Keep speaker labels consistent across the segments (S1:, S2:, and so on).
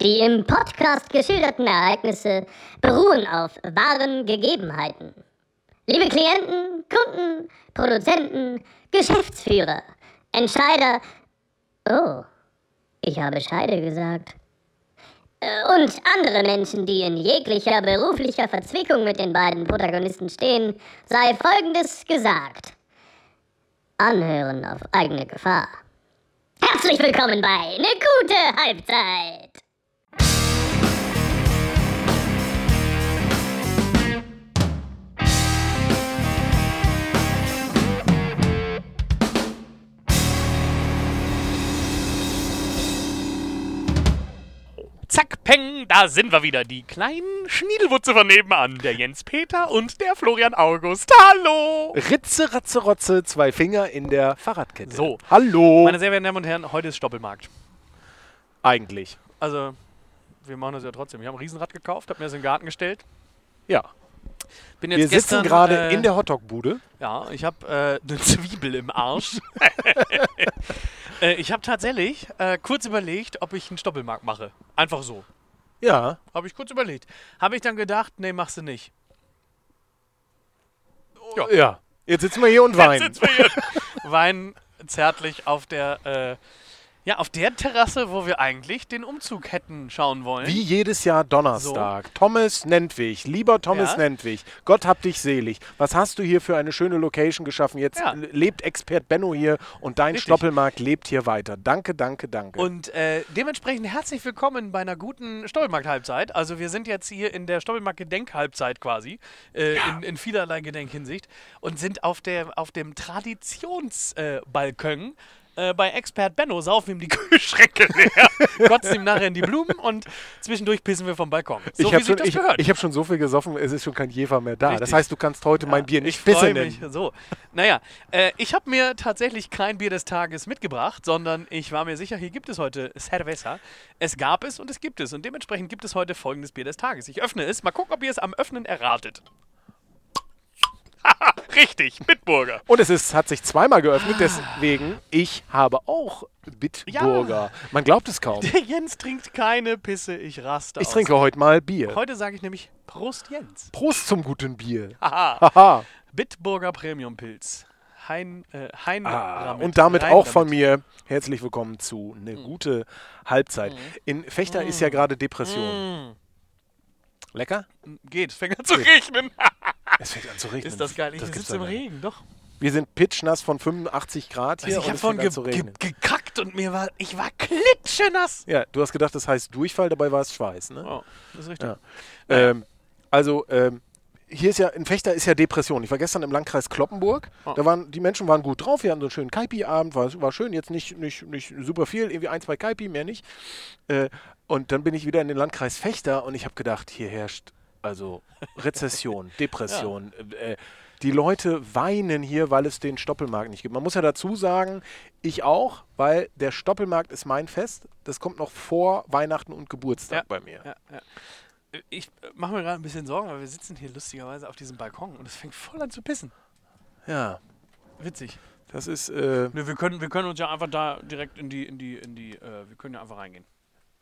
S1: Die im Podcast geschilderten Ereignisse beruhen auf wahren Gegebenheiten. Liebe Klienten, Kunden, Produzenten, Geschäftsführer, Entscheider. Oh, ich habe Scheide gesagt. Äh, Und andere Menschen, die in jeglicher beruflicher Verzwickung mit den beiden Protagonisten stehen, sei Folgendes gesagt. Anhören auf eigene Gefahr. Herzlich willkommen bei Eine gute Halbzeit.
S2: Zack, peng, da sind wir wieder. Die kleinen Schniedelwutze von nebenan. Der Jens Peter und der Florian August. Hallo!
S3: Ritze, Ratze, Rotze, zwei Finger in der Fahrradkette.
S2: So.
S3: Hallo.
S2: Meine sehr verehrten Damen und Herren, heute ist Stoppelmarkt.
S3: Eigentlich.
S2: Also, wir machen das ja trotzdem. Ich habe ein Riesenrad gekauft, habe mir das in den Garten gestellt.
S3: Ja.
S2: Bin
S3: Wir sitzen
S2: gestern,
S3: gerade
S2: äh,
S3: in der Hotdog-Bude.
S2: Ja, ich habe äh, eine Zwiebel im Arsch. äh, ich habe tatsächlich äh, kurz überlegt, ob ich einen Stoppelmarkt mache. Einfach so.
S3: Ja.
S2: Habe ich kurz überlegt. Habe ich dann gedacht, nee, machst du nicht. Ja.
S3: Ja. Jetzt sitzen wir hier und weinen.
S2: Sitzen wir hier. Weinen zärtlich auf der, äh, ja, auf der Terrasse, wo wir eigentlich den Umzug hätten schauen wollen.
S3: Wie jedes Jahr Donnerstag. Thomas Nentwich, lieber Thomas
S2: Ja.
S3: Nentwich, Gott hab dich selig. Was hast du hier für eine schöne Location geschaffen? Jetzt
S2: Ja.
S3: lebt Expert Benno hier und dein
S2: Richtig.
S3: Stoppelmarkt lebt hier weiter. Danke, danke, danke.
S2: Und äh, dementsprechend herzlich willkommen bei einer guten Stoppelmarkt-Halbzeit. Also wir sind jetzt hier in der Stoppelmarkt-Gedenk-Halbzeit quasi, äh, in, in vielerlei Gedenkhinsicht und sind auf, der, auf dem Traditionsbalkon. Äh, Balkon, äh, bei Expert Benno saufen ihm die Kühlschränke leer, kotzen ihm nachher in die Blumen und zwischendurch pissen wir vom Balkon. So
S3: ich
S2: wie
S3: habe
S2: sich
S3: schon,
S2: das
S3: ich,
S2: gehört.
S3: ich hab schon so viel gesoffen, es ist schon kein Jefer mehr da. Das
S2: Richtig.
S3: heißt, du kannst heute mein Bier
S2: Ich
S3: nicht
S2: freue
S3: bissen
S2: mich.
S3: nennen.
S2: So, naja, äh, ich habe mir tatsächlich kein Bier des Tages mitgebracht, sondern ich war mir sicher, hier gibt es heute Cerveza. Es gab es und es gibt es. Und dementsprechend gibt es heute folgendes Bier des Tages. Ich öffne es. Mal gucken, ob ihr es am Öffnen erratet. Haha, Richtig, Bitburger.
S3: Und es ist, hat sich zweimal
S2: Ah.
S3: geöffnet, deswegen, ich habe auch Bitburger. Man glaubt es kaum.
S2: Der Jens trinkt keine Pisse, ich raste
S3: Ich
S2: aus.
S3: trinke heute mal Bier.
S2: Heute sage ich nämlich Prost Jens.
S3: Prost zum guten Bier.
S2: Haha,
S3: Haha.
S2: Bitburger Premium Pilz. Hein, äh, hein
S3: Ah,
S2: damit.
S3: und damit
S2: Rein
S3: auch von mir herzlich willkommen zu eine
S2: Mhm.
S3: gute Halbzeit. In Fechter ist ja gerade Depression.
S2: Mhm.
S3: Lecker?
S2: Geht, fängt an zu regnen.
S3: Es fängt an zu regnen.
S2: Ah. Ist das geil? Ich
S3: gibt's
S2: sitze
S3: doch
S2: im
S3: gar nicht.
S2: Regen, doch.
S3: Wir sind pitchnass von 85 Grad hier.
S2: Also ich
S3: und
S2: habe
S3: es fängt
S2: vorhin
S3: an zu
S2: ge ge
S3: regnen.
S2: gekackt und mir war, ich war klitschenass.
S3: Ja, du hast gedacht, das heißt Durchfall, dabei war es Schweiß. Ne?
S2: Oh, das ist richtig.
S3: Ja. Ähm, also, ähm, hier ist ja, in Fechter ist ja Depression. Ich war gestern im Landkreis Kloppenburg.
S2: Ah.
S3: Da waren, die Menschen waren gut drauf. Wir hatten so einen schönen Kaipi-Abend. War, war schön, jetzt nicht, nicht, nicht super viel. Irgendwie ein, zwei Kaipi, mehr nicht. Äh, und dann bin ich wieder in den Landkreis Fechter und ich habe gedacht, hier herrscht also Rezession, Depression. Äh, die Leute weinen hier, weil es den Stoppelmarkt nicht gibt. Man muss ja dazu sagen, ich auch, weil der Stoppelmarkt ist mein Fest. Das kommt noch vor Weihnachten und Geburtstag
S2: Ja.
S3: bei mir.
S2: Ja, ja. Ich mache mir gerade ein bisschen Sorgen, weil wir sitzen hier lustigerweise auf diesem Balkon und es fängt voll an zu pissen.
S3: ja.
S2: Witzig.
S3: Das ist, äh,
S2: Nö, Ne, wir, können, wir können uns ja einfach da direkt in die, in die, in die, äh, wir können ja einfach reingehen.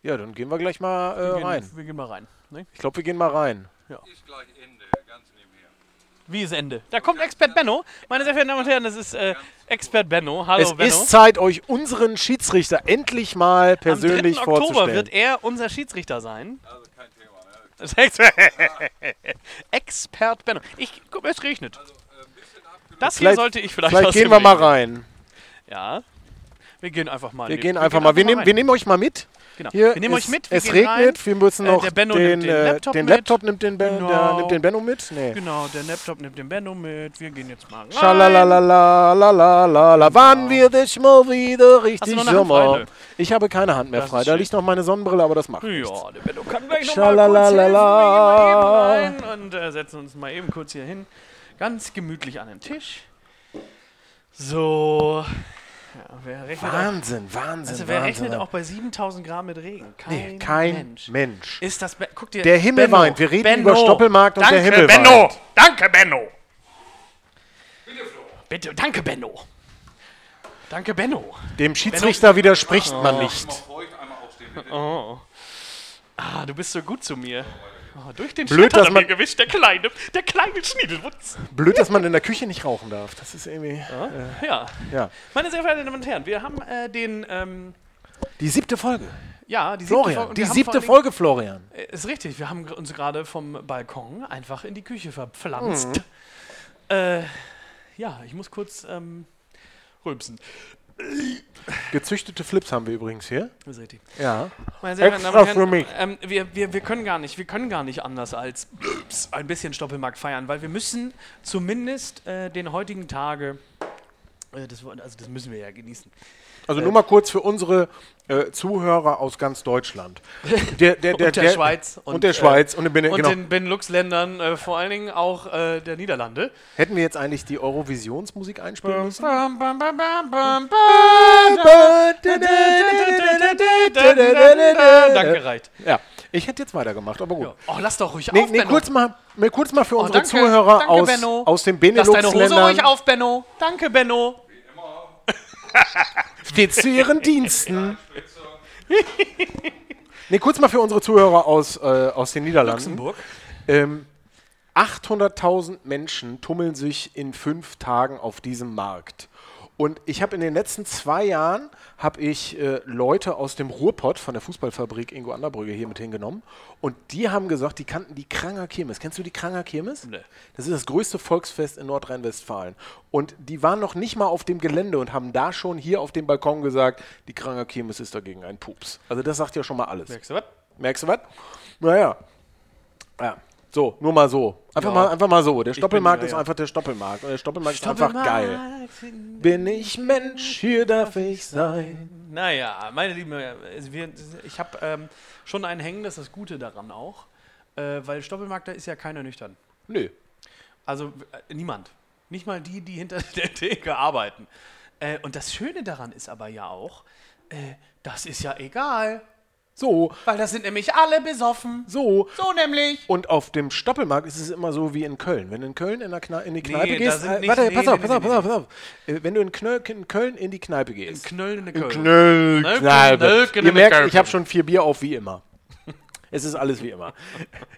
S3: ja, dann gehen wir gleich mal
S2: Wir
S3: äh,
S2: gehen,
S3: rein.
S2: Wir gehen mal rein. Ne?
S3: Ich glaube, wir gehen mal rein.
S4: Ist gleich Ende, ganz nebenher.
S2: Wie ist Ende? Da kommt Expert Benno. Meine sehr verehrten Damen und Herren, das ist äh, Expert Benno. Hallo
S3: es
S2: Benno.
S3: ist Zeit, euch unseren Schiedsrichter endlich mal
S2: Am 3.
S3: persönlich
S2: Oktober
S3: vorzustellen.
S2: wird er unser Schiedsrichter sein.
S4: Also kein Thema. Ne?
S2: Das ist Expert- Expert Benno. Ich guck, es regnet.
S4: Also äh, ein bisschen abgenommen.
S2: Das hier
S3: Vielleicht-
S2: sollte ich vielleicht
S3: Vielleicht
S2: aus
S3: gehen
S2: dem
S3: wir mal
S2: Weg-
S3: rein.
S2: Ja. Wir gehen einfach mal.
S3: Wir
S2: in die-
S3: gehen einfach mal. Wir nehmen, wir
S2: rein.
S3: nehmen euch mal mit.
S2: genau.
S3: Hier
S2: wir nehmen
S3: es,
S2: euch mit. Wir
S3: Es
S2: gehen
S3: regnet.
S2: rein.
S3: Wir müssen
S2: Äh,
S3: noch
S2: der Benno
S3: den,
S2: nimmt den
S3: äh,
S2: Laptop
S3: den
S2: mit.
S3: Laptop nimmt den, ben, der,
S2: Genau.
S3: nimmt den Benno mit. Nee.
S2: Genau, der Laptop nimmt den Benno mit. Wir gehen jetzt mal rein.
S3: Schalalalalalalala. Wann wird es mal wieder richtig
S2: Genau. noch eine Hand
S3: Sommer?
S2: frei,
S3: Ich habe keine Hand mehr
S2: Das ist
S3: frei. Da
S2: schön.
S3: liegt noch meine Sonnenbrille, aber das macht nichts.
S2: Ja, der Benno kann gleich
S3: Schalalala.
S2: nochmal kurz helfen. Wir gehen mal eben rein und äh, setzen uns mal eben kurz hier hin. Ganz gemütlich an den Tisch. So. Ja, wer rechnet, auch,
S3: Wahnsinn, Wahnsinn.
S2: also wer
S3: Wahnsinn.
S2: rechnet auch bei 7000 Grad mit Regen? Kein,
S3: Nee, kein
S2: Mensch.
S3: Mensch.
S2: Ist das. Be Guck dir.
S3: Der Himmel
S2: Benno.
S3: weint. Wir reden
S2: Benno.
S3: über Stoppelmarkt und
S2: Danke,
S3: der Himmel
S2: Benno.
S3: weint.
S2: Danke, Benno. Bitte, danke, Benno. Danke, Benno.
S3: Dem Schiedsrichter widerspricht man nicht.
S4: Heute einmal aufstehen, bitte.
S2: Oh. Ah, du bist so gut zu mir. Oh, durch den
S3: Blöd,
S2: Schnitt hat
S3: dass
S2: er
S3: man-
S2: mir gewischt, der kleine, der kleine Schniedelwutz.
S3: Blöd, dass man in der Küche nicht rauchen darf. Das ist irgendwie.
S2: Ja.
S3: Ja.
S2: Meine sehr verehrten Damen und Herren, wir haben äh, den, ähm,
S3: Die siebte Folge.
S2: ja, die
S3: Florian.
S2: und
S3: die
S2: wir haben vor
S3: siebte
S2: allen
S3: Folge, Florian.
S2: Dingen- Äh, Ist richtig, wir haben gr- uns gerade vom Balkon einfach in die Küche verpflanzt.
S3: Mhm.
S2: Äh, ja, ich muss kurz ähm, rülpsen.
S3: Gezüchtete Flips haben wir übrigens hier.
S2: Ist richtig.
S3: Ja.
S2: Meine sehr verehrten Damen
S3: Extra
S2: und Herren,
S3: für mich.
S2: Ähm, wir, wir, wir können gar nicht, wir können gar nicht anders als ups, ein bisschen Stoppelmarkt feiern, weil wir müssen zumindest äh, den heutigen Tage, äh, das, also das müssen wir ja genießen.
S3: Also nur mal kurz für unsere äh, Zuhörer aus ganz Deutschland. Der, der,
S2: Und der Schweiz
S3: Und,
S2: und,
S3: der
S2: äh,
S3: Schweiz. und den, Bene-
S2: Und
S3: genau.
S2: den Benelux-Ländern, äh, vor allen Dingen auch äh, der Niederlande.
S3: Hätten wir jetzt eigentlich die Eurovisionsmusik einspielen müssen?
S2: Danke, reicht.
S3: Ja, ich hätte jetzt weitergemacht, aber gut.
S2: Ja. Oh, lass doch ruhig
S3: Nee,
S2: auf,
S3: nee
S2: Benno.
S3: kurz, mal, nee, kurz mal für
S2: oh,
S3: unsere
S2: danke,
S3: Zuhörer
S2: danke,
S3: aus,
S2: Benno.
S3: aus den
S2: Lass deine Hose
S3: Benelux-Ländern.
S2: ruhig auf, Benno. Danke, Benno.
S3: Stets zu ihren Diensten. nee, kurz mal für unsere Zuhörer aus, äh, aus den Niederlanden.
S2: Luxemburg.
S3: Ähm, 800.000 Menschen tummeln sich in fünf Tagen auf diesem Markt. Und ich habe in den letzten zwei Jahren habe ich äh, Leute aus dem Ruhrpott von der Fußballfabrik Ingo Anderbrügge hier mit hingenommen und die haben gesagt, die kannten die Kranger Kirmes. Kennst du die Kranger Kirmes?
S2: Nee.
S3: Das ist das größte Volksfest in Nordrhein-Westfalen. Und die waren noch nicht mal auf dem Gelände und haben da schon hier auf dem Balkon gesagt, die Kranger Kirmes ist dagegen ein Pups. Also das sagt ja schon mal alles.
S2: Merkst du was?
S3: Merkst du was? Naja. Ja. So, nur mal so. Einfach,
S2: Ja.
S3: mal, einfach mal so. Der Stoppelmarkt
S2: ja,
S3: ist
S2: ja.
S3: einfach der Stoppelmarkt. Und der Stoppelmarkt, ist einfach geil. Bin ich Mensch, hier darf ich sein.
S2: Naja, meine Lieben, also wir, ich habe ähm, schon einen Hängen, das ist das Gute daran auch. Äh, weil Stoppelmarkt, da ist ja keiner nüchtern.
S3: Nö.
S2: Also äh, niemand. Nicht mal die, die hinter der Theke arbeiten. Äh, und das Schöne daran ist aber ja auch, äh, das ist ja egal.
S3: So,
S2: Weil das sind nämlich alle besoffen.
S3: so.
S2: So nämlich.
S3: Und auf dem Stoppelmarkt ist es immer so wie in Köln. Wenn du in Köln in, der Kna in die Kneipe
S2: da
S3: gehst.
S2: sind
S3: Äh,
S2: nicht-
S3: warte,
S2: nee,
S3: pass
S2: nee,
S3: auf, pass
S2: nee,
S3: auf,
S2: nee,
S3: pass auf, pass auf. Äh, Wenn du in, Knöll, in Köln in die Kneipe gehst.
S2: Knöllende
S3: In
S2: Köln.
S3: Knöll,
S2: Knöll-
S3: Kneipe.
S2: Knöll-
S3: Ihr merkt, ich
S2: Knöll-
S3: habe schon vier Bier auf wie immer. Es ist alles wie immer.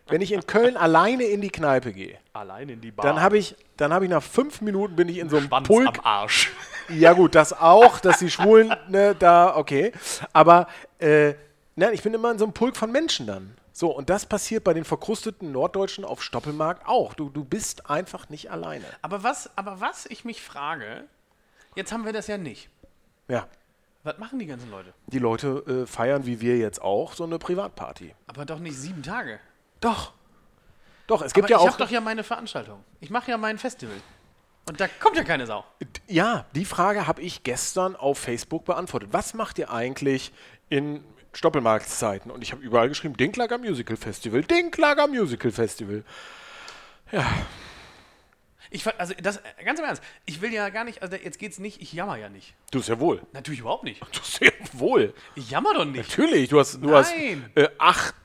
S3: Wenn ich in Köln alleine in die Kneipe gehe,
S2: Allein in die Bar.
S3: dann habe ich, dann habe ich nach fünf Minuten bin ich in so einem
S2: Schwanz
S3: Pulk.
S2: am Arsch.
S3: Ja gut, das auch, dass die Schwulen ne, da, okay. Aber äh, nein, ich bin immer in so einem Pulk von Menschen dann. So, und das passiert bei den verkrusteten Norddeutschen auf Stoppelmarkt auch. Du, du bist einfach nicht alleine.
S2: Aber was, aber was ich mich frage, jetzt haben wir das ja nicht.
S3: Ja,
S2: Was machen die ganzen Leute?
S3: die Leute äh, feiern, wie wir jetzt auch, so eine Privatparty.
S2: Aber doch nicht sieben Tage.
S3: Doch. Doch, es
S2: Aber
S3: gibt ja
S2: ich
S3: auch.
S2: habe doch ja meine Veranstaltung. Ich mache ja mein Festival. Und da kommt ja keine Sau.
S3: Ja, die Frage habe ich gestern auf Facebook beantwortet. Was macht ihr eigentlich in Stoppelmarktzeiten? Und ich habe überall geschrieben, Dinklager Musical Festival, Dinklager Musical Festival.
S2: Ich, ver- also das, ganz im Ernst, ich will ja gar nicht, also jetzt geht's nicht, ich jammer ja nicht.
S3: Du sehr wohl.
S2: Natürlich überhaupt nicht.
S3: Du sehr wohl.
S2: Ich jammer doch nicht.
S3: Natürlich, du hast, du hast
S2: Nein.
S3: äh, acht,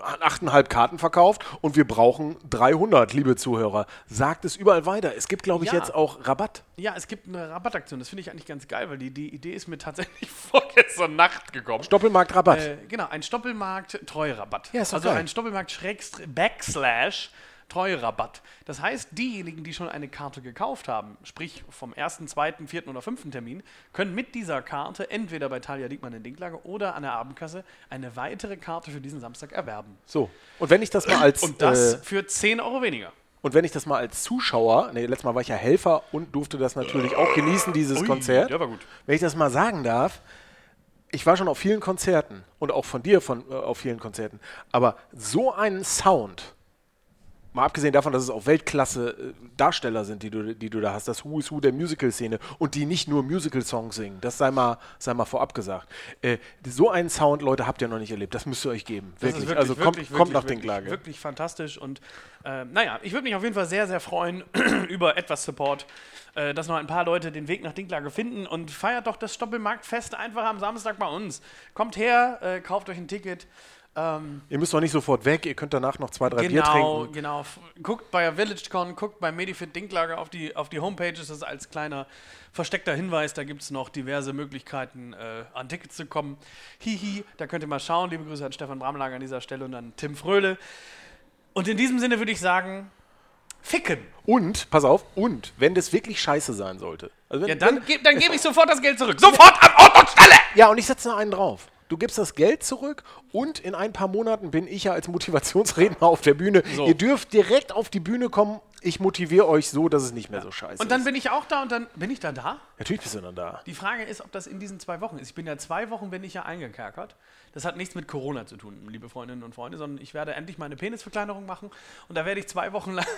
S3: achteinhalb Karten verkauft und wir brauchen 300, liebe Zuhörer. Sagt es überall weiter. Es gibt, glaube ich,
S2: Ja.
S3: jetzt auch Rabatt.
S2: Ja, es gibt eine Rabattaktion, das finde ich eigentlich ganz geil, weil die, die Idee ist mir tatsächlich vorgestern Nacht gekommen.
S3: Stoppelmarkt-Rabatt.
S2: Äh, genau, ein Stoppelmarkt-Treuerabatt.
S3: Ja, ist doch
S2: also
S3: geil.
S2: ein Stoppelmarkt-Backslash. Treuerabatt. Das heißt, diejenigen, die schon eine Karte gekauft haben, sprich vom ersten, zweiten, vierten oder fünften Termin, können mit dieser Karte entweder bei Talia Diekmann in Dinklage oder an der Abendkasse eine weitere Karte für diesen Samstag erwerben.
S3: so. Und wenn ich das mal als.
S2: Und das
S3: äh,
S2: für 10 Euro weniger.
S3: Und wenn ich das mal als Zuschauer, nee, letztes Mal war ich ja Helfer und durfte das natürlich auch genießen, dieses
S2: Ui,
S3: Konzert.
S2: der war gut.
S3: Wenn ich das mal sagen darf, ich war schon auf vielen Konzerten und auch von dir von, äh, auf vielen Konzerten, aber so einen Sound, mal abgesehen davon, dass es auch Weltklasse äh, Darsteller sind, die du, die du da hast, das Who is Who der Musical-Szene und die nicht nur Musical-Songs singen, das sei mal, sei mal vorab gesagt. Äh, so einen Sound, Leute, habt ihr noch nicht erlebt, das müsst ihr euch geben.
S2: Das
S3: Wirklich.
S2: ist
S3: also kommt, kommt nach
S2: wirklich,
S3: Dinklage.
S2: Wirklich fantastisch und äh, naja, ich würde mich auf jeden Fall sehr, sehr freuen über etwas Support, äh, dass noch ein paar Leute den Weg nach Dinklage finden und feiert doch das Stoppelmarktfest einfach am Samstag bei uns. Kommt her, äh, kauft euch ein Ticket. Ähm,
S3: Ihr müsst doch nicht sofort weg, ihr könnt danach noch zwei, drei Bier
S2: genau,
S3: trinken.
S2: genau. F- Guckt bei VillageCon, guckt bei Medifit Dinklager auf die, auf die Homepage. Das ist als kleiner versteckter Hinweis. Da gibt es noch diverse Möglichkeiten, äh, an Tickets zu kommen. Hihi, da könnt ihr mal schauen. Liebe Grüße an Stefan Bramlager an dieser Stelle und an Tim Fröhle. Und in diesem Sinne würde ich sagen, ficken.
S3: Und, pass auf, und, wenn das wirklich scheiße sein sollte. Also wenn,
S2: Ja, dann, ge dann gebe ich sofort das Geld zurück. Sofort an Ort und Stelle!
S3: Ja, und ich setze noch einen drauf. Du gibst das Geld zurück und in ein paar Monaten bin ich ja als Motivationsredner auf der Bühne.
S2: So.
S3: Ihr dürft direkt auf die Bühne kommen. Ich motiviere euch so, dass es nicht mehr so scheiße
S2: Und dann
S3: ist.
S2: bin ich auch da und dann bin ich da da.
S3: Natürlich bist du dann da.
S2: Die Frage ist, ob das in diesen zwei Wochen ist. Ich bin ja zwei Wochen, bin ich ja eingekerkert. Das hat nichts mit Corona zu tun, liebe Freundinnen und Freunde, sondern ich werde endlich meine Penisverkleinerung machen und da werde ich zwei Wochen lang.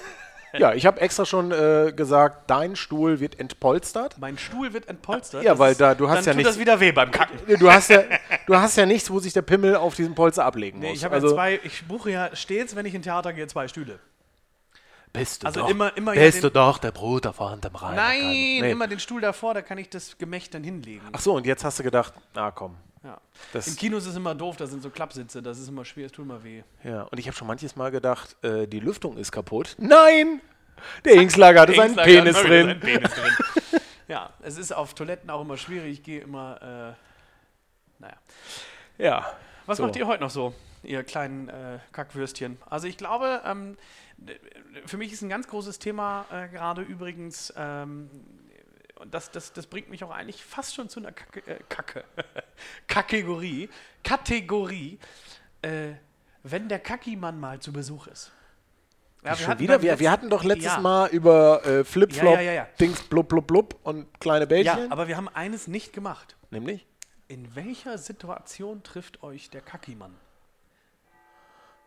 S3: Ja, ich habe extra schon äh, gesagt, dein Stuhl wird entpolstert.
S2: Mein Stuhl wird entpolstert.
S3: Ja,
S2: Das
S3: weil
S2: ist-
S3: da- du hast
S2: dann
S3: ja
S2: tut
S3: nicht-
S2: das wieder weh beim Kacken.
S3: Du hast ja, du hast ja nichts, wo sich der Pimmel auf diesem Polster ablegen muss. Also
S2: Ich habe ja zwei, ich buche ja stets, wenn ich in Theater gehe, zwei Stühle.
S3: Bist du
S2: Also immer, immer ja
S5: Bist
S2: den,
S5: du doch der Bruder von dem Rhein.
S2: Nein,
S3: Nee.
S2: immer den Stuhl davor, da kann ich das Gemächt dann hinlegen.
S3: Ach so, und jetzt hast du gedacht, na komm.
S2: ja.
S3: das-
S2: Im Kino ist es immer doof, da sind so Klappsitze, das ist immer schwer, es tut immer weh.
S3: Ja, und ich habe schon manches Mal gedacht, äh, die Lüftung ist kaputt. Nein! Der Inkslager hatte seinen
S2: Dingslager,
S3: Penis
S2: sorry, da
S3: drin.
S2: ist ein Penis drin. ja, es ist auf Toiletten auch immer schwierig. Ich gehe immer. Äh, naja.
S3: Ja.
S2: Was
S3: So.
S2: macht ihr heute noch so, ihr kleinen äh, Kackwürstchen? Also, ich glaube, ähm, d- d- für mich ist ein ganz großes Thema äh, gerade übrigens. Ähm, und das, das, das bringt mich auch eigentlich fast schon zu einer Kacke, äh, Kacke. Kategorie. Kategorie. Äh, wenn der Kacki-Mann mal zu Besuch ist. Ja, wir
S3: Schon
S2: hatten
S3: wieder?
S2: beim
S3: Wir, wir
S2: letzten-
S3: hatten doch letztes
S2: Ja.
S3: Mal über äh, Flipflop,
S2: Ja, ja, ja, ja.
S3: Dings, blub, blub, blub und kleine Bällchen.
S2: Ja, aber wir haben eines nicht gemacht.
S3: Nämlich?
S2: In welcher Situation trifft euch der Kackimann?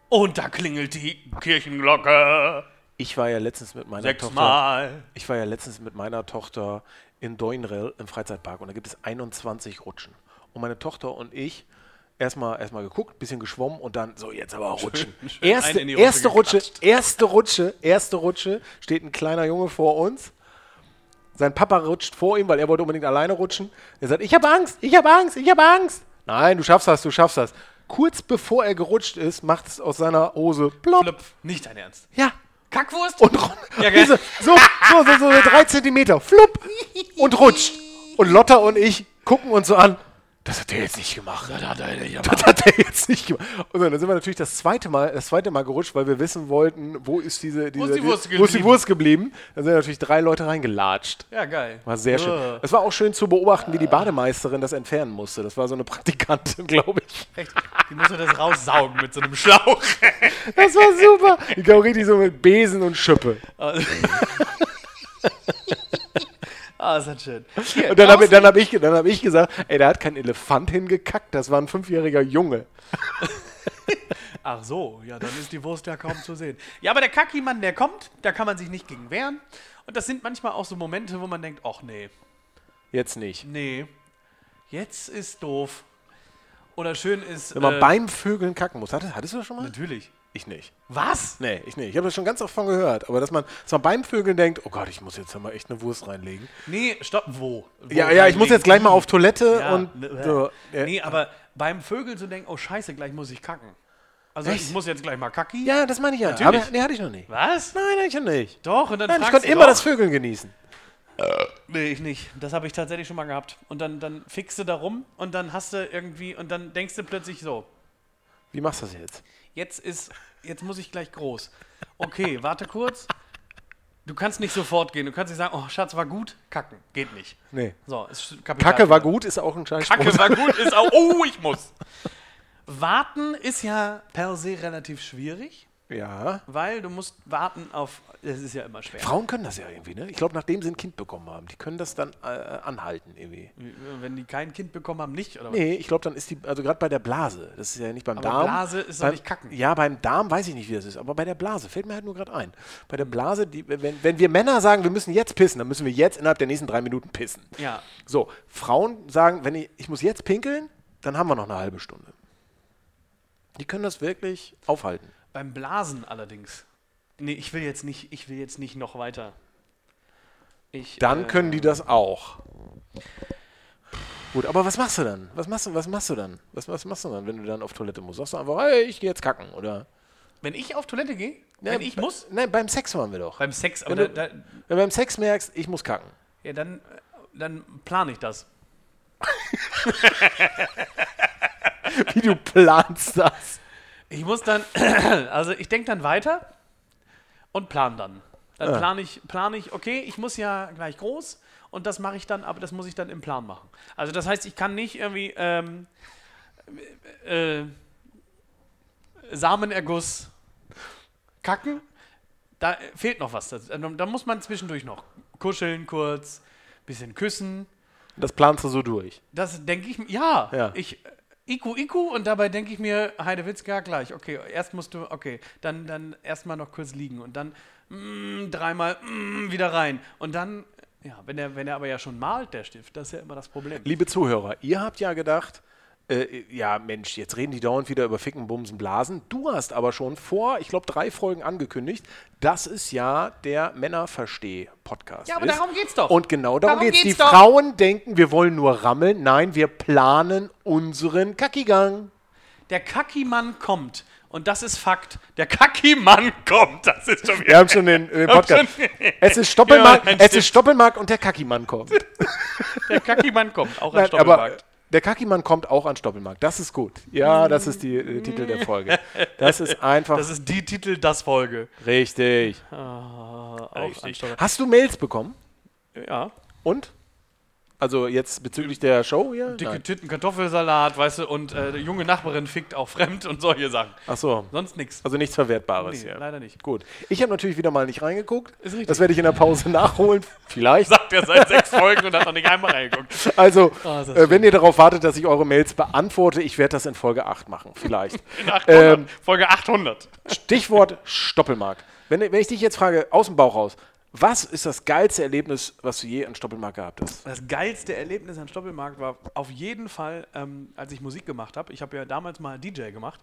S2: Und da klingelt die Kirchenglocke
S3: Ich war ja letztens mit meiner Tochter.
S2: sechsmal.
S3: Ich war ja letztens mit meiner Tochter in Doinrell im Freizeitpark und da gibt es 21 Rutschen. Und meine Tochter und ich erstmal erstmal geguckt, bisschen geschwommen und dann so jetzt aber rutschen. erste,
S2: einen in die Rutsche
S3: erste Rutsche,
S2: geklatscht.
S3: erste Rutsche, erste Rutsche steht ein kleiner Junge vor uns. Sein Papa rutscht vor ihm, weil er wollte unbedingt alleine rutschen. Er sagt, ich habe Angst, ich habe Angst, ich habe Angst. Nein, du schaffst das, du schaffst das. Kurz bevor er gerutscht ist, macht es aus seiner Hose plopp.
S2: Flöpf, nicht dein Ernst.
S3: Ja,
S2: Kackwurst?
S3: und run-
S2: Ja, gell?
S3: so, so, so, so, so drei Zentimeter, flupp und rutscht. Und Lotta und ich gucken uns so an. Das hat er jetzt nicht gemacht. Das hat er nicht gemacht. Das hat er jetzt nicht gemacht. Und so, dann sind wir natürlich das zweite Mal, das zweite Mal gerutscht, weil wir wissen wollten, wo ist diese, diese
S2: die Wurst
S3: wo ist die
S2: geblieben?
S3: Wurst geblieben? Da sind natürlich drei Leute reingelatscht.
S2: ja, geil.
S3: War sehr schön.
S2: Ugh.
S3: Es war auch schön zu beobachten, wie die Bademeisterin das entfernen musste. Das war so eine Praktikantin, glaube ich.
S2: Echt, die muss doch das raussaugen mit so einem Schlauch.
S3: Das war super. Die kam richtig so mit Besen und Schippe.
S2: Also- Ah, ist das schön. Hier,
S3: Und dann habe
S2: draußen-
S3: dann hab ich, ge- dann hab ich gesagt, ey, da hat kein Elefant hingekackt, das war ein fünfjähriger Junge.
S2: Ach so, ja, dann ist die Wurst ja kaum zu sehen. Ja, aber der Kacki-Mann, der kommt, da kann man sich nicht gegen wehren. Und das sind manchmal auch so Momente, wo man denkt, ach nee,
S3: Jetzt nicht.
S2: Nee. Jetzt ist doof. Oder schön ist.
S3: Wenn man
S2: äh,
S3: beim Vögeln kacken muss. Hattest, hattest du das schon mal?
S2: natürlich.
S3: Ich nicht.
S2: Was?
S3: Nee, ich nicht. Ich habe das schon ganz oft von gehört. Aber dass man, dass man beim Vögeln denkt, oh Gott, ich muss jetzt mal echt eine Wurst reinlegen.
S2: Nee, stopp, wo? wo
S3: Ja, ja, ich muss jetzt gleich mal auf Toilette
S2: Oh, Ja,
S3: und
S2: ne,
S3: so. äh, Ja.
S2: Nee, aber beim Vögel zu denken, oh Scheiße, gleich muss ich kacken. Also
S3: Echt?
S2: ich muss jetzt gleich mal kacken.
S3: ja, das meine ich ja.
S2: Natürlich.
S3: Aber, nee, hatte ich noch nicht.
S2: Was?
S3: Nein, hatte ich noch nicht.
S2: Doch, und dann
S3: Nein, ich
S2: fragst
S3: konnte
S2: du
S3: immer
S2: doch.
S3: das Vögeln genießen.
S2: Nee, ich nicht. Das habe ich tatsächlich schon mal gehabt. Und dann, dann fickst du da rum und dann hast du irgendwie und dann denkst du plötzlich so,
S3: Wie machst du das jetzt?
S2: jetzt ist, jetzt muss ich gleich groß. Okay, warte kurz. Du kannst nicht sofort gehen. Du kannst nicht sagen, oh Schatz, war gut, kacken. Geht nicht.
S3: Nee.
S2: So, ist
S3: Kacke war gut, ist auch ein scheiß
S2: Kacke war gut, ist auch, oh, ich muss. Warten ist ja per se relativ schwierig,
S3: Ja.
S2: weil du musst warten auf, das ist ja immer schwer.
S3: Frauen können das ja irgendwie, ne? Ich glaube, nachdem sie ein Kind bekommen haben, die können das dann äh, anhalten irgendwie.
S2: Wenn die kein Kind bekommen haben, nicht, oder was?
S3: Nee, ich glaube, dann ist die, also gerade bei der Blase, das ist ja nicht beim
S2: Aber
S3: Darm.
S2: Blase ist doch
S3: beim,
S2: nicht kacken.
S3: Ja, beim Darm weiß ich nicht, wie das ist, aber bei der Blase fällt mir halt nur gerade ein. Bei
S2: Mhm.
S3: der Blase, die, wenn, wenn wir Männer sagen, wir müssen jetzt pissen, dann müssen wir jetzt innerhalb der nächsten drei Minuten pissen.
S2: Ja.
S3: So, Frauen sagen, wenn ich, ich muss jetzt pinkeln, dann haben wir noch eine halbe Stunde. Die können das wirklich aufhalten.
S2: Beim Blasen allerdings. Nee, ich will jetzt nicht, ich will jetzt nicht noch weiter. Ich,
S3: Dann
S2: äh,
S3: können die das auch. Gut, aber was machst du dann? Was machst du, was machst du dann? Was, was machst du dann, wenn du dann auf Toilette musst? Sagst du einfach, hey, ich gehe jetzt kacken, oder?
S2: Wenn ich auf Toilette gehe,
S3: Ja,
S2: wenn ich
S3: bei-
S2: muss,
S3: Nein, beim Sex waren wir doch.
S2: beim Sex, aber
S3: Wenn du-
S2: da, da,
S3: Wenn du beim Sex merkst, ich muss kacken.
S2: ja, dann, dann plane ich das.
S3: Wie du planst das.
S2: Ich muss dann, also ich denke dann weiter und plan dann. Dann
S3: Ja.
S2: plane ich, plan ich, okay, ich muss ja gleich groß und das mache ich dann, aber das muss ich dann im Plan machen. Also das heißt, ich kann nicht irgendwie ähm, äh, Samenerguss kacken. Da äh, fehlt noch was. Das- Da da muss man zwischendurch noch kuscheln kurz, bisschen küssen.
S3: Das planst du so durch.
S2: Das denke ich mir, ja.
S3: Ja.
S2: Ich, äh, Iku, Iku, und dabei denke ich mir, Heidewitzka, gleich, okay, erst musst du, okay, dann, dann erstmal noch kurz liegen und dann mm, dreimal mm, wieder rein. Und dann, äh, ja, wenn er, wenn er aber ja schon malt, der Stift, das ist ja immer das Problem.
S3: Liebe Zuhörer, ihr habt ja gedacht, äh, ja Mensch, jetzt reden die dauernd wieder über Ficken, Bumsen, Blasen. Du hast aber schon vor, ich glaube, drei Folgen angekündigt, dass es ja der Männerversteh-Podcast
S2: Ja, aber
S3: ist.
S2: darum geht's doch.
S3: Und genau darum,
S2: Darum
S3: geht's.
S2: geht's
S3: Die
S2: doch.
S3: Frauen denken, wir wollen nur rammeln. Nein, wir planen unseren Kackigang.
S2: Der Kackimann kommt. Und das ist Fakt. Der Kackimann kommt. Das ist schon
S3: Wir
S2: wieder.
S3: haben schon den, den Podcast.
S2: schon-
S3: Es ist Stoppelmark,
S2: Ja, ein
S3: es
S2: Stift.
S3: ist Stoppelmark und der Kackimann kommt.
S2: Der Kackimann kommt. Auch ein
S3: Nein, aber
S2: Stoppelmarkt.
S3: der Kackimann kommt auch an Stoppelmarkt. Das ist gut. Ja, das ist die äh, Titel der Folge. Das ist einfach
S2: Das ist die Titel, das Folge.
S3: richtig.
S2: Auch ein Stoppelmarkt.
S3: Hast du Mails bekommen?
S2: Ja.
S3: Und? Also jetzt bezüglich der Show hier?
S2: Dicke
S3: Nein.
S2: Titten, Kartoffelsalat, weißt du, und äh, die junge Nachbarin fickt auch fremd und solche Sachen.
S3: Ach so.
S2: Sonst nichts.
S3: Also nichts Verwertbares
S2: Nee,
S3: hier.
S2: leider nicht.
S3: Gut. Ich habe natürlich wieder mal nicht reingeguckt.
S2: Ist richtig.
S3: Das werde ich in der Pause nachholen. Vielleicht.
S2: Sagt er seit sechs Folgen und hat noch nicht einmal reingeguckt.
S3: Also,
S2: Ah, das ist
S3: äh, wenn ihr darauf wartet, dass ich eure Mails beantworte, ich werde das in Folge 8 machen. Vielleicht.
S2: In
S3: Ähm,
S2: 800, Folge 800.
S3: Stichwort Stoppelmark. Wenn, wenn ich dich jetzt frage, aus dem Bauch raus, was ist das geilste Erlebnis, was du je an Stoppelmark gehabt hast?
S2: Das geilste Erlebnis an Stoppelmarkt war auf jeden Fall, ähm, als ich Musik gemacht habe. Ich habe ja damals mal DJ gemacht.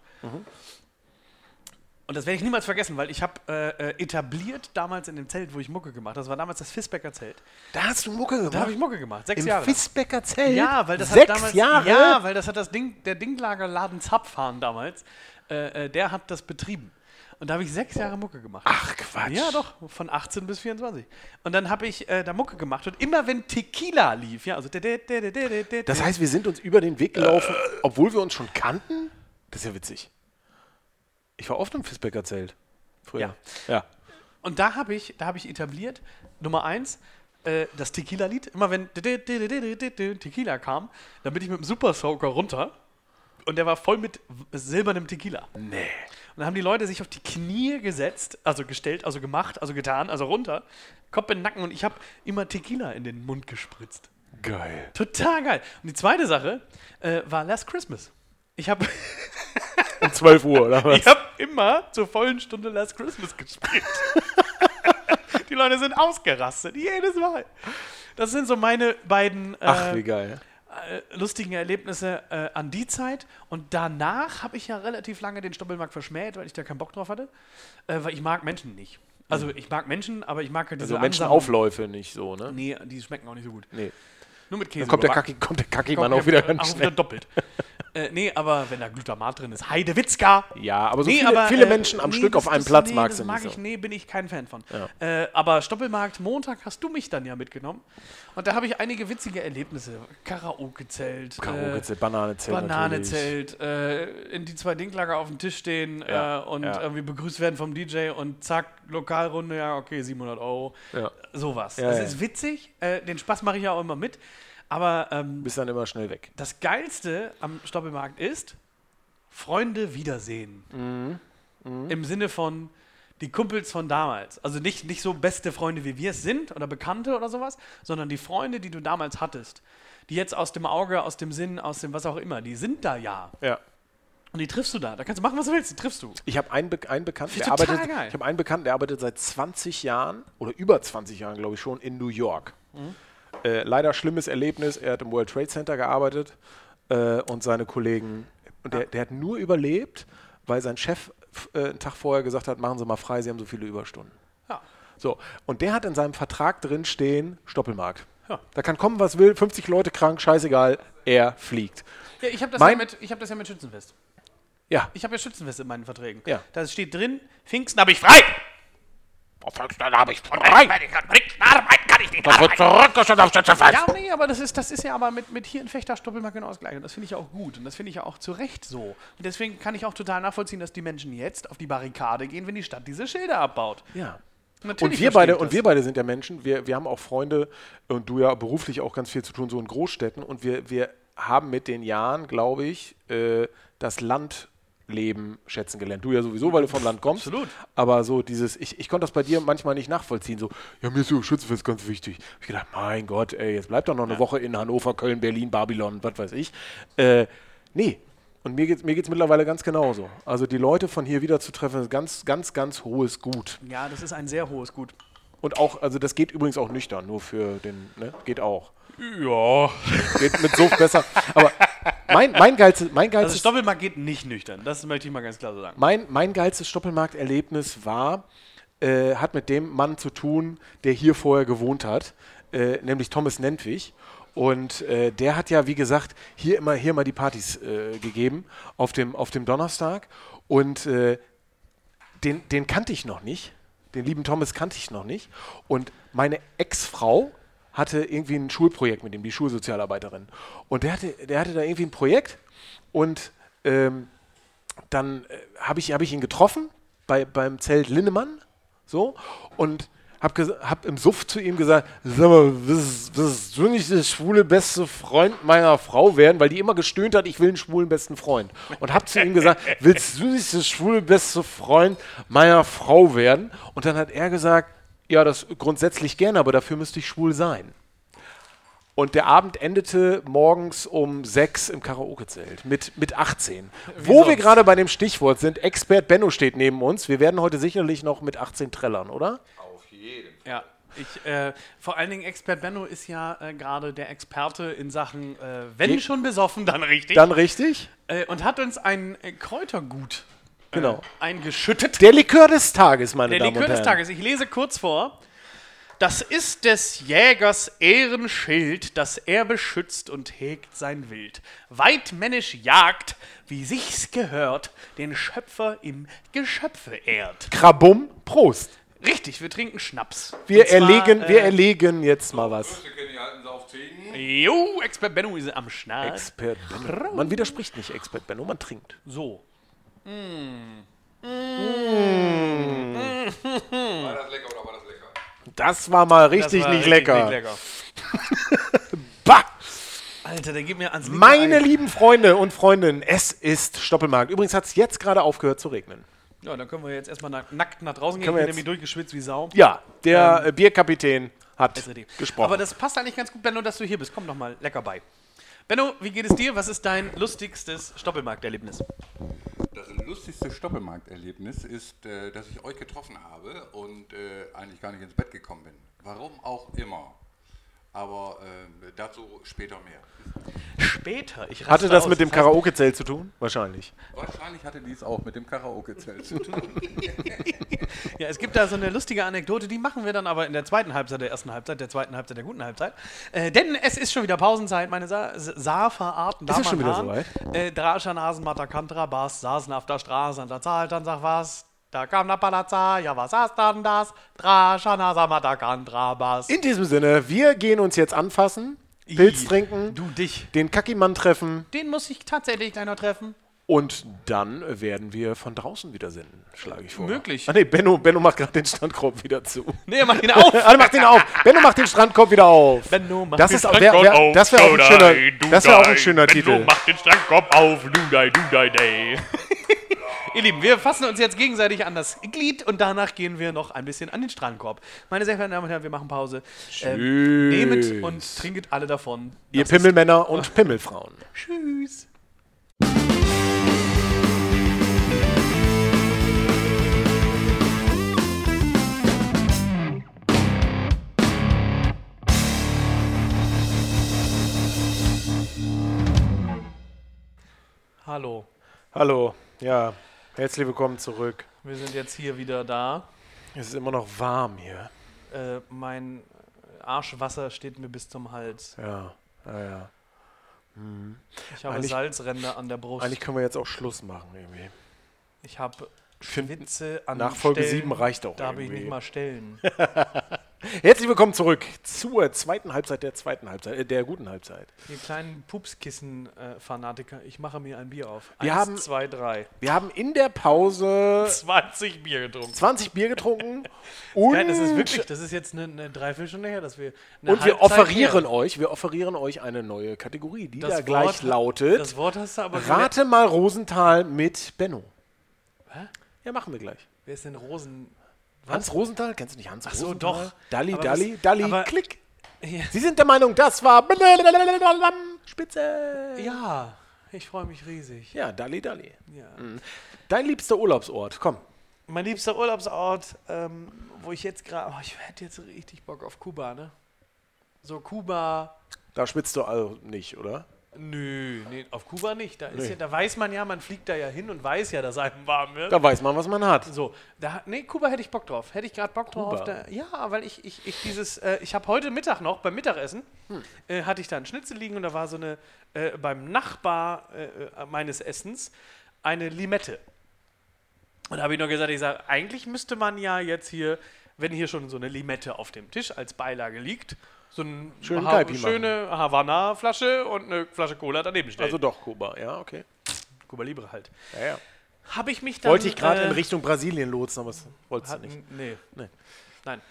S2: Und das werde ich niemals vergessen, weil ich habe äh, äh, etabliert damals in dem Zelt, wo ich Mucke gemacht habe. Das war damals das Fisbecker Zelt.
S3: Da hast du Mucke gemacht.
S2: Da habe ich Mucke gemacht, sechs
S3: Im
S2: Jahre. lang.
S3: Fisbecker Zelt?
S2: Ja, weil das
S3: Sechs
S2: hat damals,
S3: Jahre?
S2: Ja, weil das hat das Ding, der Dinglagerladen Zapfhahn damals, äh, äh, der hat das betrieben. Und da habe ich sechs Jahre Mucke gemacht.
S3: Ach, Quatsch.
S2: Ja, doch, von 18 bis 24. Und dann habe ich äh, da Mucke gemacht und immer wenn Tequila lief, ja, also de- de- de- de- de- de-
S3: Das
S2: de-
S3: heißt, wir sind uns über den Weg gelaufen,
S2: Äh.
S3: obwohl wir uns schon kannten? Das ist ja witzig. Ich war oft im Fisbecker Zelt. Früher. Ja.
S2: und da habe ich, da habe ich etabliert, Nummer eins, äh, das Tequila-Lied, immer wenn de- de- de- de- de- de- de- Tequila kam, dann bin ich mit dem Super Soaker runter und der war voll mit w- silbernem Tequila.
S3: Nee.
S2: Und dann haben die Leute sich auf die Knie gesetzt, also gestellt, also gemacht, also getan, also runter, Kopf in den Nacken und ich habe immer Tequila in den Mund gespritzt.
S3: Geil.
S2: Total geil. Und die zweite Sache äh, war Last Christmas. Ich habe
S3: Um 12 Uhr, oder was?
S2: ich hab immer zur vollen Stunde Last Christmas gespielt. die Leute sind ausgerastet, jedes Mal. Das sind so meine beiden
S3: Ach, wie
S2: äh,
S3: geil.
S2: äh, lustigen Erlebnisse äh, an die Zeit. Und danach habe ich ja relativ lange den Stoppelmarkt verschmäht, weil ich da keinen Bock drauf hatte. Äh, weil ich mag Menschen nicht. Also ich mag Menschen, aber ich mag ja diese
S3: Mhm. Also
S2: Ansammlung-
S3: Menschenaufläufe nicht so, ne?
S2: Nee, die schmecken auch nicht so gut.
S3: Nee.
S2: Nur mit Käse.
S3: Kommt der,
S2: überbacken.
S3: Kacki, kommt der Kackimann
S2: Kommt
S3: auch wieder
S2: der-
S3: ganz
S2: auch
S3: schnell.
S2: wieder doppelt. äh, nee, aber wenn da Glutamat drin ist, Heidewitzka.
S3: Ja, aber so
S2: Nee,
S3: Also viele,
S2: aber,
S3: viele
S2: äh,
S3: Menschen am
S2: nee,
S3: Stück
S2: das-
S3: auf einem
S2: das-
S3: Platz
S2: nee,
S3: magst du
S2: das mag ich,
S3: nicht. so.
S2: nee, bin ich kein Fan von. Äh, aber Stoppelmarkt Montag hast du mich dann ja mitgenommen. Und da habe ich einige witzige Erlebnisse. Karaoke-Zelt. äh,
S3: Karaoke-Zelt, Bananenzelt. natürlich.
S2: Bananenzelt, äh, in die zwei Dinglager auf dem Tisch stehen
S3: Ja,
S2: äh, und
S3: ja.
S2: irgendwie begrüßt werden vom DJ und zack, Lokalrunde, ja, okay, 700 Euro.
S3: Ja.
S2: Sowas.
S3: Ja,
S2: das
S3: ja.
S2: ist witzig, äh, den Spaß mache ich ja auch immer mit. Aber ähm,
S3: Bist dann immer schnell weg.
S2: das Geilste am Stoppelmarkt ist, Freunde wiedersehen. Im Sinne von die Kumpels von damals. Also nicht, nicht so beste Freunde, wie wir es sind oder Bekannte oder sowas, sondern die Freunde, die du damals hattest. Die jetzt aus dem Auge, aus dem Sinn, aus dem was auch immer, die sind da ja.
S3: Ja.
S2: Und die triffst du da. Da kannst du machen, was du willst, die triffst du.
S3: Ich habe einen, Be einen Bekannten, der
S2: Total
S3: arbeitet,
S2: geil.
S3: ich habe einen Bekannten, der arbeitet seit 20 Jahren oder über 20 Jahren, glaube ich schon, in New York.
S2: Mhm.
S3: Äh, leider schlimmes Erlebnis. Er hat im World Trade Center gearbeitet äh, und seine Kollegen. Und der, der hat nur überlebt, weil sein Chef f- äh, einen Tag vorher gesagt hat: Machen Sie mal frei, Sie haben so viele Überstunden.
S2: Ja.
S3: So, und der hat in seinem Vertrag drin stehen Stoppelmarkt. Da kann kommen, was will, 50 Leute krank, scheißegal, er fliegt.
S2: Ja, ich habe das,
S3: Mein-
S2: ja mit- ich hab das ja mit Schützenfest.
S3: Ja.
S2: Ich habe ja Schützenfest in meinen Verträgen.
S3: Ja.
S2: Da steht drin, Pfingsten habe ich frei.
S3: Auf Volksstelle habe ich frei.
S2: Arbeiten kann ich nicht.
S3: Das wird zurückgeschüttet auf Schützenfest.
S2: Ja, nee, aber das ist, das ist ja aber mit, mit hier in Fechter Stoppelmark genau das Gleiche. Und das finde ich ja auch gut. Und das finde ich ja auch zu Recht so. Und deswegen kann ich auch total nachvollziehen, dass die Menschen jetzt auf die Barrikade gehen, wenn die Stadt diese Schilder abbaut.
S3: Ja.
S2: Natürlich
S3: Und wir,
S2: verstehe
S3: beide,
S2: ich
S3: und
S2: das.
S3: wir beide sind ja Menschen, wir, wir haben auch Freunde und du ja beruflich auch ganz viel zu tun, so in Großstädten. Und wir, wir haben mit den Jahren, glaube ich, äh, das Landleben schätzen gelernt. Du ja sowieso, weil du vom Land kommst.
S2: Absolut.
S3: Aber so dieses, ich, ich konnte das bei dir manchmal nicht nachvollziehen. So, ja, mir ist so Schützenfest ganz wichtig. Hab ich gedacht, mein Gott, ey, jetzt bleibt doch noch eine Woche in Hannover, Köln, Berlin, Babylon, was weiß ich. Äh, nee. Und mir geht es mir geht's mittlerweile ganz genauso. Also die Leute von hier wieder zu treffen, ist ganz, ganz, ganz hohes Gut.
S2: Ja, das ist ein sehr hohes Gut.
S3: Und auch, also das geht übrigens auch nüchtern, nur für den, ne? Geht auch.
S2: Ja.
S3: Geht mit so besser. Aber mein, mein geilstes, mein
S2: Also
S3: geilstes,
S2: Stoppelmark geht nicht nüchtern. Das möchte ich mal ganz klar so sagen.
S3: mein, mein geilstes Stoppelmarkterlebnis war, äh, hat mit dem Mann zu tun, der hier vorher gewohnt hat, äh, nämlich Thomas Nentwich. Und äh, der hat ja, wie gesagt, hier immer, hier immer die Partys äh, gegeben auf dem, auf dem Donnerstag. Und äh, den, den kannte ich noch nicht. Den lieben Thomas kannte ich noch nicht. Und meine Ex-Frau hatte irgendwie ein Schulprojekt mit ihm, die Schulsozialarbeiterin. Und der hatte, der hatte da irgendwie ein Projekt. Und ähm, dann äh, habe ich, hab ich ihn getroffen bei, beim Zelt Linnemann. So. Und habe hab im Suff zu ihm gesagt: Sag mal, willst, willst du nicht der schwule beste Freund meiner Frau werden? Weil die immer gestöhnt hat, ich will einen schwulen besten Freund. Und habe zu ihm gesagt: Willst du nicht der schwule beste Freund meiner Frau werden? Und dann hat er gesagt: Ja, das grundsätzlich gerne, aber dafür müsste ich schwul sein. Und der Abend endete morgens um sechs im Karaoke-Zelt mit, mit 18. Wo wir
S2: sonst?
S3: gerade bei dem Stichwort sind, Expert Benno steht neben uns. Wir werden heute sicherlich noch mit 18 trällern, oder?
S4: Auf jeden Fall.
S2: Ja. Ich, äh, vor allen Dingen, Expert Benno ist ja äh, gerade der Experte in Sachen, äh, wenn schon besoffen, dann richtig.
S3: Dann richtig?
S2: äh, und hat uns ein äh, Kräutergut
S3: Genau.
S2: eingeschüttet.
S3: Der Likör des Tages, meine
S2: Äh. Der
S3: Damen
S2: Likör
S3: und Herren.
S2: des Tages. Ich lese kurz vor. Das ist des Jägers Ehrenschild, das er beschützt und hegt sein Wild. Weitmännisch jagt, wie sich's gehört, den Schöpfer im Geschöpfe ehrt.
S3: Krabum, Prost.
S2: Richtig, wir trinken Schnaps.
S3: Wir,
S2: Und zwar,
S3: erlegen,
S2: äh,
S3: wir erlegen jetzt mal was.
S4: Die kennen die alten Saufzegen.
S2: Jo, Expert Benno ist am Start.
S3: Expert Benno. Man widerspricht nicht Expert Benno, man trinkt.
S2: so.
S4: War das lecker oder war das lecker?
S3: Das war mal richtig
S2: Das war
S3: nicht
S2: richtig
S3: lecker.
S2: nicht lecker.
S3: Bah!
S2: Alter, der geht mir ans Lied
S3: Meine
S2: ein.
S3: lieben Freunde und Freundinnen, es ist Stoppelmarkt. Übrigens hat es jetzt gerade aufgehört zu regnen.
S2: Ja, dann können wir jetzt erstmal na- nackt nach draußen gehen. Ich
S3: Können wir
S2: bin
S3: jetzt-
S2: nämlich durchgeschwitzt wie Sau.
S3: Ja, der äh, Bierkapitän hat
S2: SRD.
S3: gesprochen.
S2: Aber das passt eigentlich ganz gut, Benno, dass du hier bist. Komm doch mal lecker bei. Benno, wie geht es dir? Was ist dein lustigstes Stoppelmarkterlebnis?
S4: Das lustigste Stoppelmarkterlebnis ist, äh, dass ich euch getroffen habe und äh, eigentlich gar nicht ins Bett gekommen bin. Warum auch immer. Aber äh, dazu später mehr.
S2: Später. Ich raste
S3: Hatte das
S2: aus.
S3: mit dem
S2: heißt,
S3: Karaoke-Zelt zu tun? Wahrscheinlich.
S4: Wahrscheinlich hatte dies auch mit dem Karaoke-Zelt zu tun.
S2: Ja, es gibt da so eine lustige Anekdote, die machen wir dann aber in der zweiten Halbzeit, der ersten Halbzeit, der zweiten Halbzeit, der guten Halbzeit. Äh, denn es ist schon wieder Pausenzeit, meine Sa Safa-Arten.
S3: Ist es schon wieder
S2: Äh, Drascher, Nasen, Matakantra, Bas, saßen auf der Straße, und da zahlt dann sag was. Da kam der Palazza, ja, was hast dann das? Drascher, Nasa, Matakantra, Bas.
S3: In diesem Sinne, wir gehen uns jetzt anfassen, Pilz
S2: Ih,
S3: trinken,
S2: Du dich.
S3: den Kackimann treffen
S2: Den muss ich tatsächlich gleich noch treffen.
S3: und dann werden wir von draußen wieder senden, schlage ich vor.
S2: Möglich.
S3: Ah, nee, Benno, Benno macht gerade den Strandkorb wieder zu.
S2: Nee, mach ihn auf!
S3: Alle macht den auf. Benno macht den Strandkorb wieder auf.
S2: Benno macht
S3: das
S2: den
S3: ist auch, wär, wär, das wäre auch ein schöner, das wär auch ein schöner Titel.
S5: Mach den Strandkorb auf, Ludai, Ludai, Day.
S2: Ihr Lieben, wir fassen uns jetzt gegenseitig an das Glied und danach gehen wir noch ein bisschen an den Strandkorb. Meine sehr verehrten Damen und Herren, wir machen Pause. Ähm, nehmet und trinket alle davon.
S3: Ihr Pimmelmänner und Pimmelfrauen.
S2: Tschüss. Hallo,
S3: Hallo, ja, herzlich willkommen zurück.
S2: wir sind jetzt hier wieder da.
S3: Es ist immer noch warm hier.
S2: Äh, mein Arschwasser steht mir bis zum Hals.
S3: Ja, ja, ja.
S2: Ich habe
S3: Eigentlich-
S2: Salzränder an der Brust.
S3: Eigentlich können wir jetzt auch Schluss machen irgendwie.
S2: ich habe
S3: find,
S2: Schwitze an
S3: nach Folge
S2: Stellen,
S3: sieben reicht auch
S2: Da habe ich
S3: irgendwie.
S2: nicht mal Stellen.
S3: Herzlich willkommen zurück zur zweiten Halbzeit der zweiten Halbzeit, äh, der guten Halbzeit.
S2: Ihr kleinen Pupskissen-Fanatiker, ich mache mir ein Bier auf.
S3: Wir
S2: Eins,
S3: haben-
S2: zwei, drei.
S3: Wir haben in der Pause
S5: 20 Bier getrunken.
S3: 20 Bier getrunken und,
S2: Nein, das ist wirklich, das ist jetzt eine, eine Dreiviertelstunde her, dass wir. Eine
S3: und wir
S2: Halbzeit
S3: offerieren
S2: her-
S3: euch, wir offerieren euch eine neue Kategorie, die
S2: Das
S3: da
S2: Wort-
S3: gleich lautet:
S2: Das Wort hast du aber. gelernt.
S3: Rate mal Rosenthal mit Benno.
S2: Hä?
S3: Ja, machen wir gleich.
S2: Wer ist denn Rosen?
S3: Hans Rosenthal, kennst du nicht Hans
S2: so,
S3: Rosenthal?
S2: doch.
S3: Dalli,
S2: Aber
S3: Dalli,
S2: was-
S3: Dalli,
S2: aber-
S3: klick.
S2: Ja.
S3: Sie sind der Meinung, das war Spitze.
S2: Ja, ich freue mich riesig.
S3: Ja, Dalli, Dalli.
S2: Ja.
S3: Dein liebster Urlaubsort, komm.
S2: Mein liebster Urlaubsort, ähm, wo ich jetzt gerade. Oh, ich hätte jetzt richtig Bock auf Kuba, ne? So Kuba.
S3: Da schwitzt du also nicht, oder?
S2: Nö, nee, auf Kuba nicht. Da, ist ja, da weiß man ja, man fliegt da ja hin und weiß ja, dass einem warm wird.
S3: Da weiß man, was man hat.
S2: So, da, nee, Kuba hätte ich Bock drauf. Hätte ich gerade Bock drauf.
S3: Kuba.
S2: Da, ja, weil ich, ich, ich dieses, äh, ich habe heute Mittag noch beim Mittagessen,
S3: Hm.
S2: äh, hatte ich da einen Schnitzel liegen und da war so eine, äh, beim Nachbar äh, äh, meines Essens, eine Limette. Und da habe ich nur gesagt, ich sage, eigentlich müsste man ja jetzt hier, wenn hier schon so eine Limette auf dem Tisch als Beilage liegt, so eine
S3: Schönen
S2: ha
S3: Kaipi machen.
S2: schöne Havanna-Flasche und eine Flasche Cola daneben stellen.
S3: Also doch, Kuba, ja, okay.
S2: Kuba Libre halt.
S3: Ja, ja.
S2: Habe ich mich dann...
S3: Wollte ich gerade
S2: äh,
S3: in Richtung Brasilien lotsen, aber das wolltest du
S2: Hat,
S3: nicht.
S2: Nee.
S3: Nee.
S2: Nein.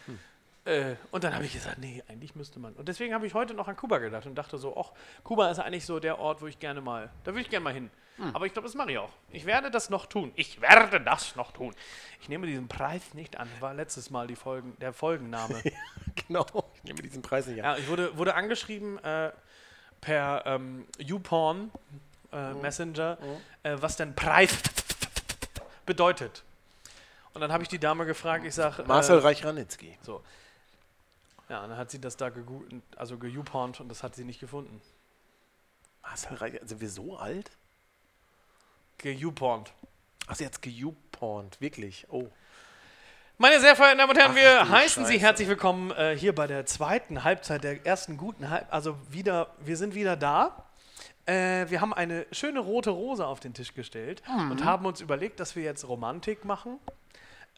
S2: Äh, und dann habe ich gesagt, nee, eigentlich müsste man. Und deswegen habe ich heute noch an Kuba gedacht und dachte so, ach, Kuba ist eigentlich so der Ort, wo ich gerne mal, da würde ich gerne mal hin. Aber ich glaube, das mache ich auch. Ich werde das noch tun. Ich werde das noch tun. Ich nehme diesen Preis nicht an, war letztes Mal die Folgen, der Folgenname.
S3: Genau. Ich nehme diesen Preis nicht
S2: ja,
S3: an.
S2: ich wurde, wurde angeschrieben äh, per ähm, YouPorn äh, Messenger, äh, was denn Preis bedeutet. Und dann habe ich die Dame gefragt, ich sage.
S3: Marcel Reich-Ranitzky.
S2: So. Ja, und dann hat sie das da gegoogt, also gejupornt und das hat sie nicht gefunden.
S3: Marcel Reich, sind wir so alt?
S2: Gejupornt.
S3: Achso, jetzt gejupornt, wirklich. Oh.
S2: Meine sehr verehrten Damen und Herren, wir
S3: du
S2: heißen Sie
S3: Scheiße.
S2: herzlich willkommen äh, hier bei der zweiten Halbzeit der ersten guten Halb. Also wieder, wir sind wieder da. Äh, wir haben eine schöne rote Rose auf den Tisch gestellt
S3: Mhm.
S2: und haben uns überlegt, dass wir jetzt Romantik machen.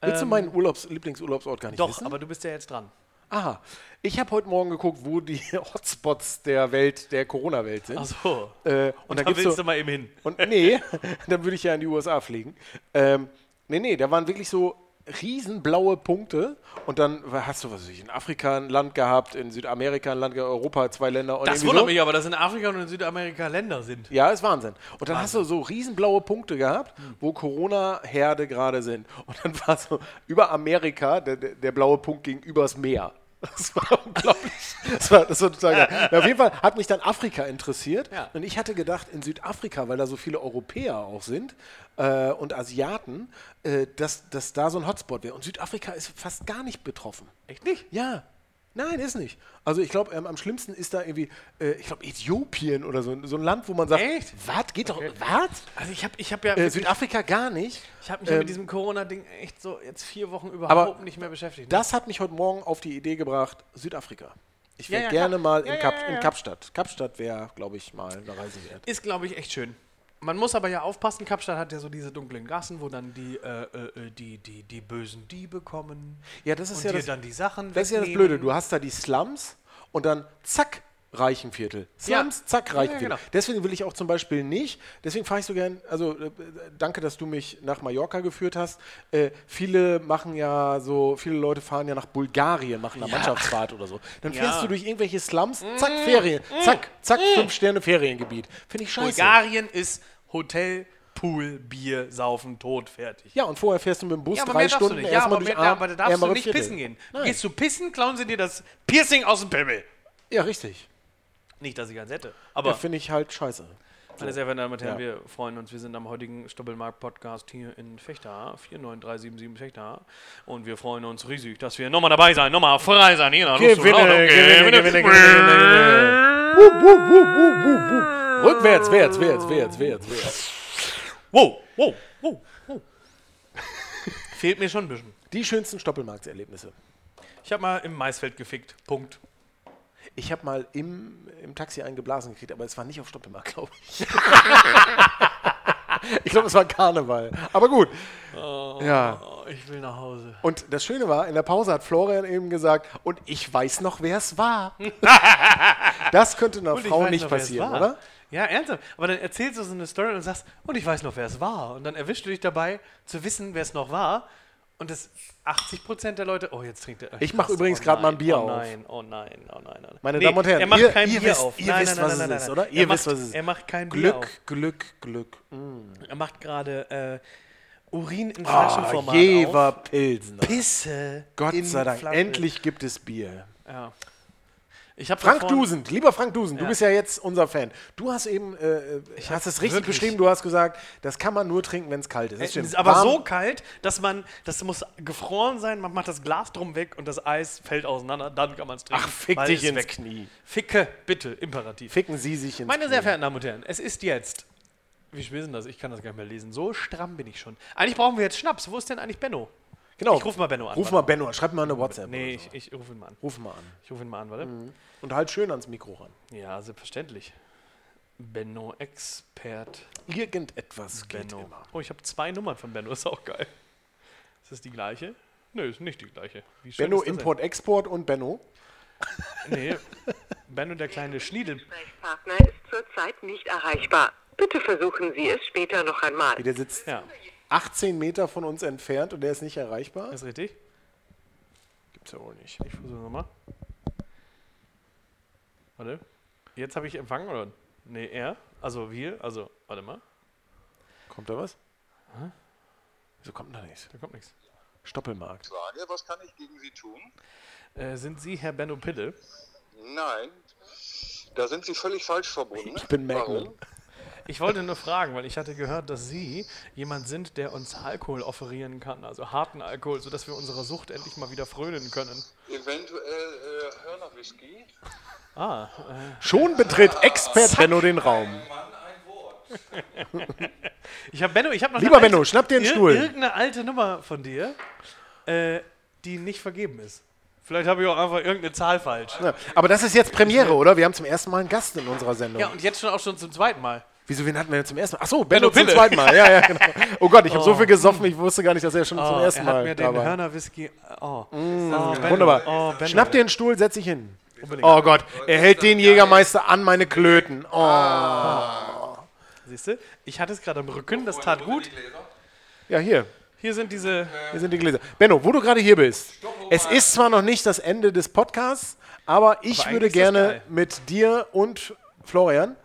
S3: Willst du meinen Urlaubs Lieblingsurlaubsort gar nicht
S2: Doch,
S3: wissen?
S2: aber du bist ja jetzt dran.
S3: Aha. Ich habe heute Morgen geguckt, wo die Hotspots der Welt, der Corona-Welt sind.
S2: Ach so.
S3: Äh, und,
S2: Und da
S3: da gibt's
S2: willst
S3: so,
S2: du mal eben hin.
S3: Und nee, dann würde ich ja in die USA fliegen. Ähm, nee, nee, da waren wirklich so riesenblaue Punkte und dann wa- hast du was weiß ich, in Afrika ein Land gehabt, in Südamerika ein Land, gehabt, Europa zwei Länder und
S2: Das
S3: irgendwie
S2: wundert
S3: so.
S2: mich aber, dass in Afrika und in Südamerika Länder sind.
S3: Ja, ist Wahnsinn. Und dann hast du so riesenblaue Punkte gehabt, wo Corona-Herde gerade sind. Und dann war so über Amerika der, der, der blaue Punkt ging übers Meer. Das war unglaublich. Das war, das war total geil. Ja, auf jeden Fall hat mich dann Afrika interessiert.
S2: Ja.
S3: Und ich hatte gedacht, in Südafrika, weil da so viele Europäer auch sind äh, und Asiaten, äh, dass, dass da so ein Hotspot wäre. Und Südafrika ist fast gar nicht betroffen.
S2: Echt nicht?
S3: Ja. Nein, ist nicht. Also ich glaube, ähm, am schlimmsten ist da irgendwie, äh, ich glaube, Äthiopien oder so, so ein Land, wo man sagt,
S2: Echt?
S3: was, geht doch, was?
S2: Also ich habe ich hab ja
S3: Äh,
S2: wirklich-
S3: Südafrika gar nicht.
S2: Ich habe mich ja mit diesem Corona-Ding echt so jetzt vier Wochen überhaupt
S3: Ähm, Aber
S2: nicht mehr beschäftigt. ne?
S3: Das hat mich heute Morgen auf die Idee gebracht, Südafrika. Ich
S2: Ja,
S3: wäre
S2: ja, klar.
S3: gerne mal
S2: Ja,
S3: in,
S2: ja,
S3: Kap
S2: ja, ja.
S3: in Kapstadt. Kapstadt wäre, glaube ich, mal eine Reise wert.
S2: ne? ist, glaube ich, echt schön. Man muss aber ja aufpassen, Kapstadt hat ja so diese dunklen Gassen, wo dann die, äh, äh, äh, die, die, die bösen Diebe kommen.
S3: Ja, das ist
S2: und
S3: ja
S2: dir
S3: das-
S2: dann die Sachen
S3: Das ist ja das
S2: wegnehmen.
S3: Blöde. Du hast da die Slums und dann zack, Reichenviertel. Slums,
S2: Ja.
S3: zack,
S2: Ja, ja,
S3: Reichenviertel.
S2: genau.
S3: Deswegen will ich auch zum Beispiel nicht, deswegen fahre ich so gern, also äh, danke, dass du mich nach Mallorca geführt hast. Äh, viele machen ja so, viele Leute fahren ja nach Bulgarien, machen da Mannschaftsfahrt oder so. Dann fährst
S2: Ja. Mm.
S3: du durch irgendwelche Slums, zack, Ferien, zack, zack, fünf Sterne Feriengebiet. Finde ich scheiße.
S2: Bulgarien ist Hotel, Pool, Bier, Saufen, Tod, fertig.
S3: Ja, und vorher fährst du mit dem Bus
S2: Ja, aber
S3: drei
S2: mehr darfst du
S3: Stunden
S2: nicht. Ja, aber,
S3: erstmal
S2: mehr,
S3: durch
S2: da,
S3: arm-
S2: aber da darfst du
S3: ärmere
S2: nicht
S3: Viertel.
S2: pissen gehen.
S3: Nein.
S2: Gehst du pissen, klauen sie dir das Piercing aus dem Pimmel.
S3: Ja, richtig.
S2: Nicht, dass ich eins hätte.
S3: Ja,
S2: Aber
S3: Finde ich halt scheiße.
S2: Meine sehr verehrten Damen und Herren,
S3: Ja.
S2: wir freuen uns. Wir sind am heutigen Stoppelmarkt-Podcast hier in Fechter, 49377 Fechter. Und wir freuen uns riesig, dass wir nochmal dabei sein, nochmal frei sein. Hier nach
S3: Äh,
S2: Lust und Laune.
S3: Wuh, wuh, wuh, wuh, wuh, wuh. Rückwärts, wärts, wärts, wärts, wärts, wärts.
S2: Wow, wow, wow, wow. Fehlt mir schon ein bisschen.
S3: Die schönsten Stoppelmarktserlebnisse.
S2: Ich habe mal im Maisfeld gefickt. Punkt.
S3: Ich habe mal im, im Taxi einen geblasen gekriegt, aber es war nicht auf Stoppelmarkt, glaube ich. ich glaube, es war Karneval. Aber gut. Ja.
S2: Oh, ich will nach Hause.
S3: Und das Schöne war, in der Pause hat Florian eben gesagt, und ich weiß noch, wer es war. das könnte einer
S2: Und ich
S3: Frau
S2: weiß
S3: nicht
S2: noch, wer es
S3: passieren,
S2: war.
S3: oder?
S2: Ja, ernsthaft. Aber dann erzählst du so eine Story und sagst, und ich weiß noch, wer es war. Und dann erwischst du dich dabei, zu wissen, wer es noch war. Und das 80% der Leute, oh, jetzt trinkt er.
S3: Ich mach
S2: Krass,
S3: übrigens
S2: oh
S3: grad mal ein
S2: nein,
S3: Bier
S2: oh
S3: auf.
S2: nein, Oh nein, oh nein, oh nein.
S3: Meine Damen und Herren,
S2: er macht
S3: ihr-
S2: kein
S3: ihr
S2: Bier
S3: wisst-
S2: auf.
S3: ihr
S2: nein,
S3: wisst,
S2: nein,
S3: was
S2: nein,
S3: es
S2: nein,
S3: ist,
S2: nein.
S3: oder? Ihr
S2: er
S3: wisst,
S2: macht,
S3: was es ist.
S2: Er macht kein Bier auf.
S3: Glück, Glück, Glück.
S2: Ah, Er macht gerade äh, Urin in
S3: Ah,
S2: Flaschenformat
S3: Jever
S2: auf.
S3: Pilsner.
S2: Pisse.
S3: Gott
S2: in
S3: sei Dank,
S2: Flaschen.
S3: endlich gibt es Bier.
S2: Ja. Ich hab
S3: Frank
S2: davon-
S3: Dusend, lieber Frank Dusend, du
S2: Ja.
S3: bist ja jetzt unser Fan. Du hast eben, äh, ich hast es richtig
S2: wirklich-
S3: beschrieben, du hast gesagt, das kann man nur trinken, wenn es kalt ist. Das
S2: Es
S3: stimmt.
S2: ist Äh, aber
S3: Warm-
S2: so kalt, dass man, das muss gefroren sein, man macht das Glas drum weg und das Eis fällt auseinander, dann kann man es trinken.
S3: Ach, fick
S2: weil
S3: dich
S2: es
S3: ins
S2: weg.
S3: Knie.
S2: Ficke, bitte, imperativ.
S3: Ficken Sie sich ins
S2: Meine
S3: Knie.
S2: sehr verehrten Damen und Herren, es ist jetzt, wie spät ist denn das? Ich kann das gar nicht mehr lesen. So stramm bin ich schon. Eigentlich brauchen wir jetzt Schnaps. Wo ist denn eigentlich Benno?
S3: Genau.
S2: Ich ruf mal Benno an,
S3: Ruf
S2: warte.
S3: mal Benno an, schreib mal eine WhatsApp.
S2: Nee,
S3: oder so.
S2: ich, ich rufe ihn mal an.
S3: Ruf mal an.
S2: Ich rufe ihn mal an, warte.
S3: Und halt schön ans Mikro ran.
S2: Ja, selbstverständlich. Benno Expert.
S3: Irgendetwas geht
S2: Benno.
S3: immer.
S2: Oh, ich habe zwei Nummern von Benno, ist auch geil. Ist das die gleiche? Nö, ist nicht die gleiche. Wie schön
S3: Benno
S2: ist das denn?
S3: Import, Export und Benno.
S2: Nee, Benno der kleine Schniedel.
S6: Gesprächspartner ist zurzeit nicht erreichbar. Bitte versuchen Sie es später noch einmal.
S3: Der sitzt
S2: Ja,
S3: 18 Meter von uns entfernt und der ist nicht erreichbar.
S2: ist richtig.
S3: Gibt's ja wohl nicht.
S2: Ich versuche nochmal. Warte. Jetzt habe ich empfangen, oder? Nee, er. Also wir. Also, warte mal.
S3: Kommt da was? Wieso kommt da nichts?
S2: Da kommt nichts.
S3: Stoppelmarkt.
S7: Frage, was kann ich gegen Sie tun?
S2: Äh, sind Sie Herr Benno Pille?
S7: Nein, da sind Sie völlig falsch verbunden.
S3: Ich bin
S2: ne?
S3: Magnum.
S7: Warum?
S2: Ich wollte nur fragen, weil ich hatte gehört, dass Sie jemand sind, der uns Alkohol offerieren kann. Also harten Alkohol, sodass wir unserer Sucht endlich mal wieder frönen können.
S7: Eventuell äh, Hörnerwhisky?
S2: Ah,
S3: Schon betritt Expert Benno den Raum.
S7: Mann, ein Wort.
S2: Ich habe Benno, ich habe noch
S3: Lieber
S2: eine
S3: Benno, schnapp dir einen
S2: ir-
S3: Stuhl.
S2: Irgendeine alte Nummer von dir, äh, die nicht vergeben ist. Vielleicht habe ich auch einfach irgendeine Zahl falsch.
S3: Ja, aber das ist jetzt Premiere, oder? Wir haben zum ersten Mal einen Gast in unserer Sendung.
S2: Ja, und jetzt schon auch schon zum zweiten Mal.
S3: Wieso, wen hatten wir denn zum ersten Mal? Achso, Benno,
S2: Benno
S3: zum
S2: Pille.
S3: zweiten Mal. Ja, ja, genau. Oh Gott, ich habe so viel gesoffen, ich wusste gar nicht, dass er schon zum
S2: Oh,
S3: ersten
S2: er hat
S3: Mal
S2: mir
S3: da
S2: den
S3: war.
S2: Hörnerwhisky. Oh, oh Benno,
S3: Wunderbar.
S2: Oh, Benno.
S3: Schnapp dir einen Stuhl, setz dich hin.
S2: Unbedingt.
S3: Oh Gott, er hält den Jägermeister an meine Klöten. Oh.
S2: Siehst du? Ich hatte es gerade am Rücken, das tat gut.
S3: Ja, hier.
S2: Hier sind diese.
S3: Hier sind die Gläser. Benno, wo du gerade hier bist. Es ist zwar noch nicht das Ende des Podcasts, aber ich
S2: Aber eigentlich ist
S3: würde
S2: das
S3: gerne
S2: geil.
S3: mit dir und Florian.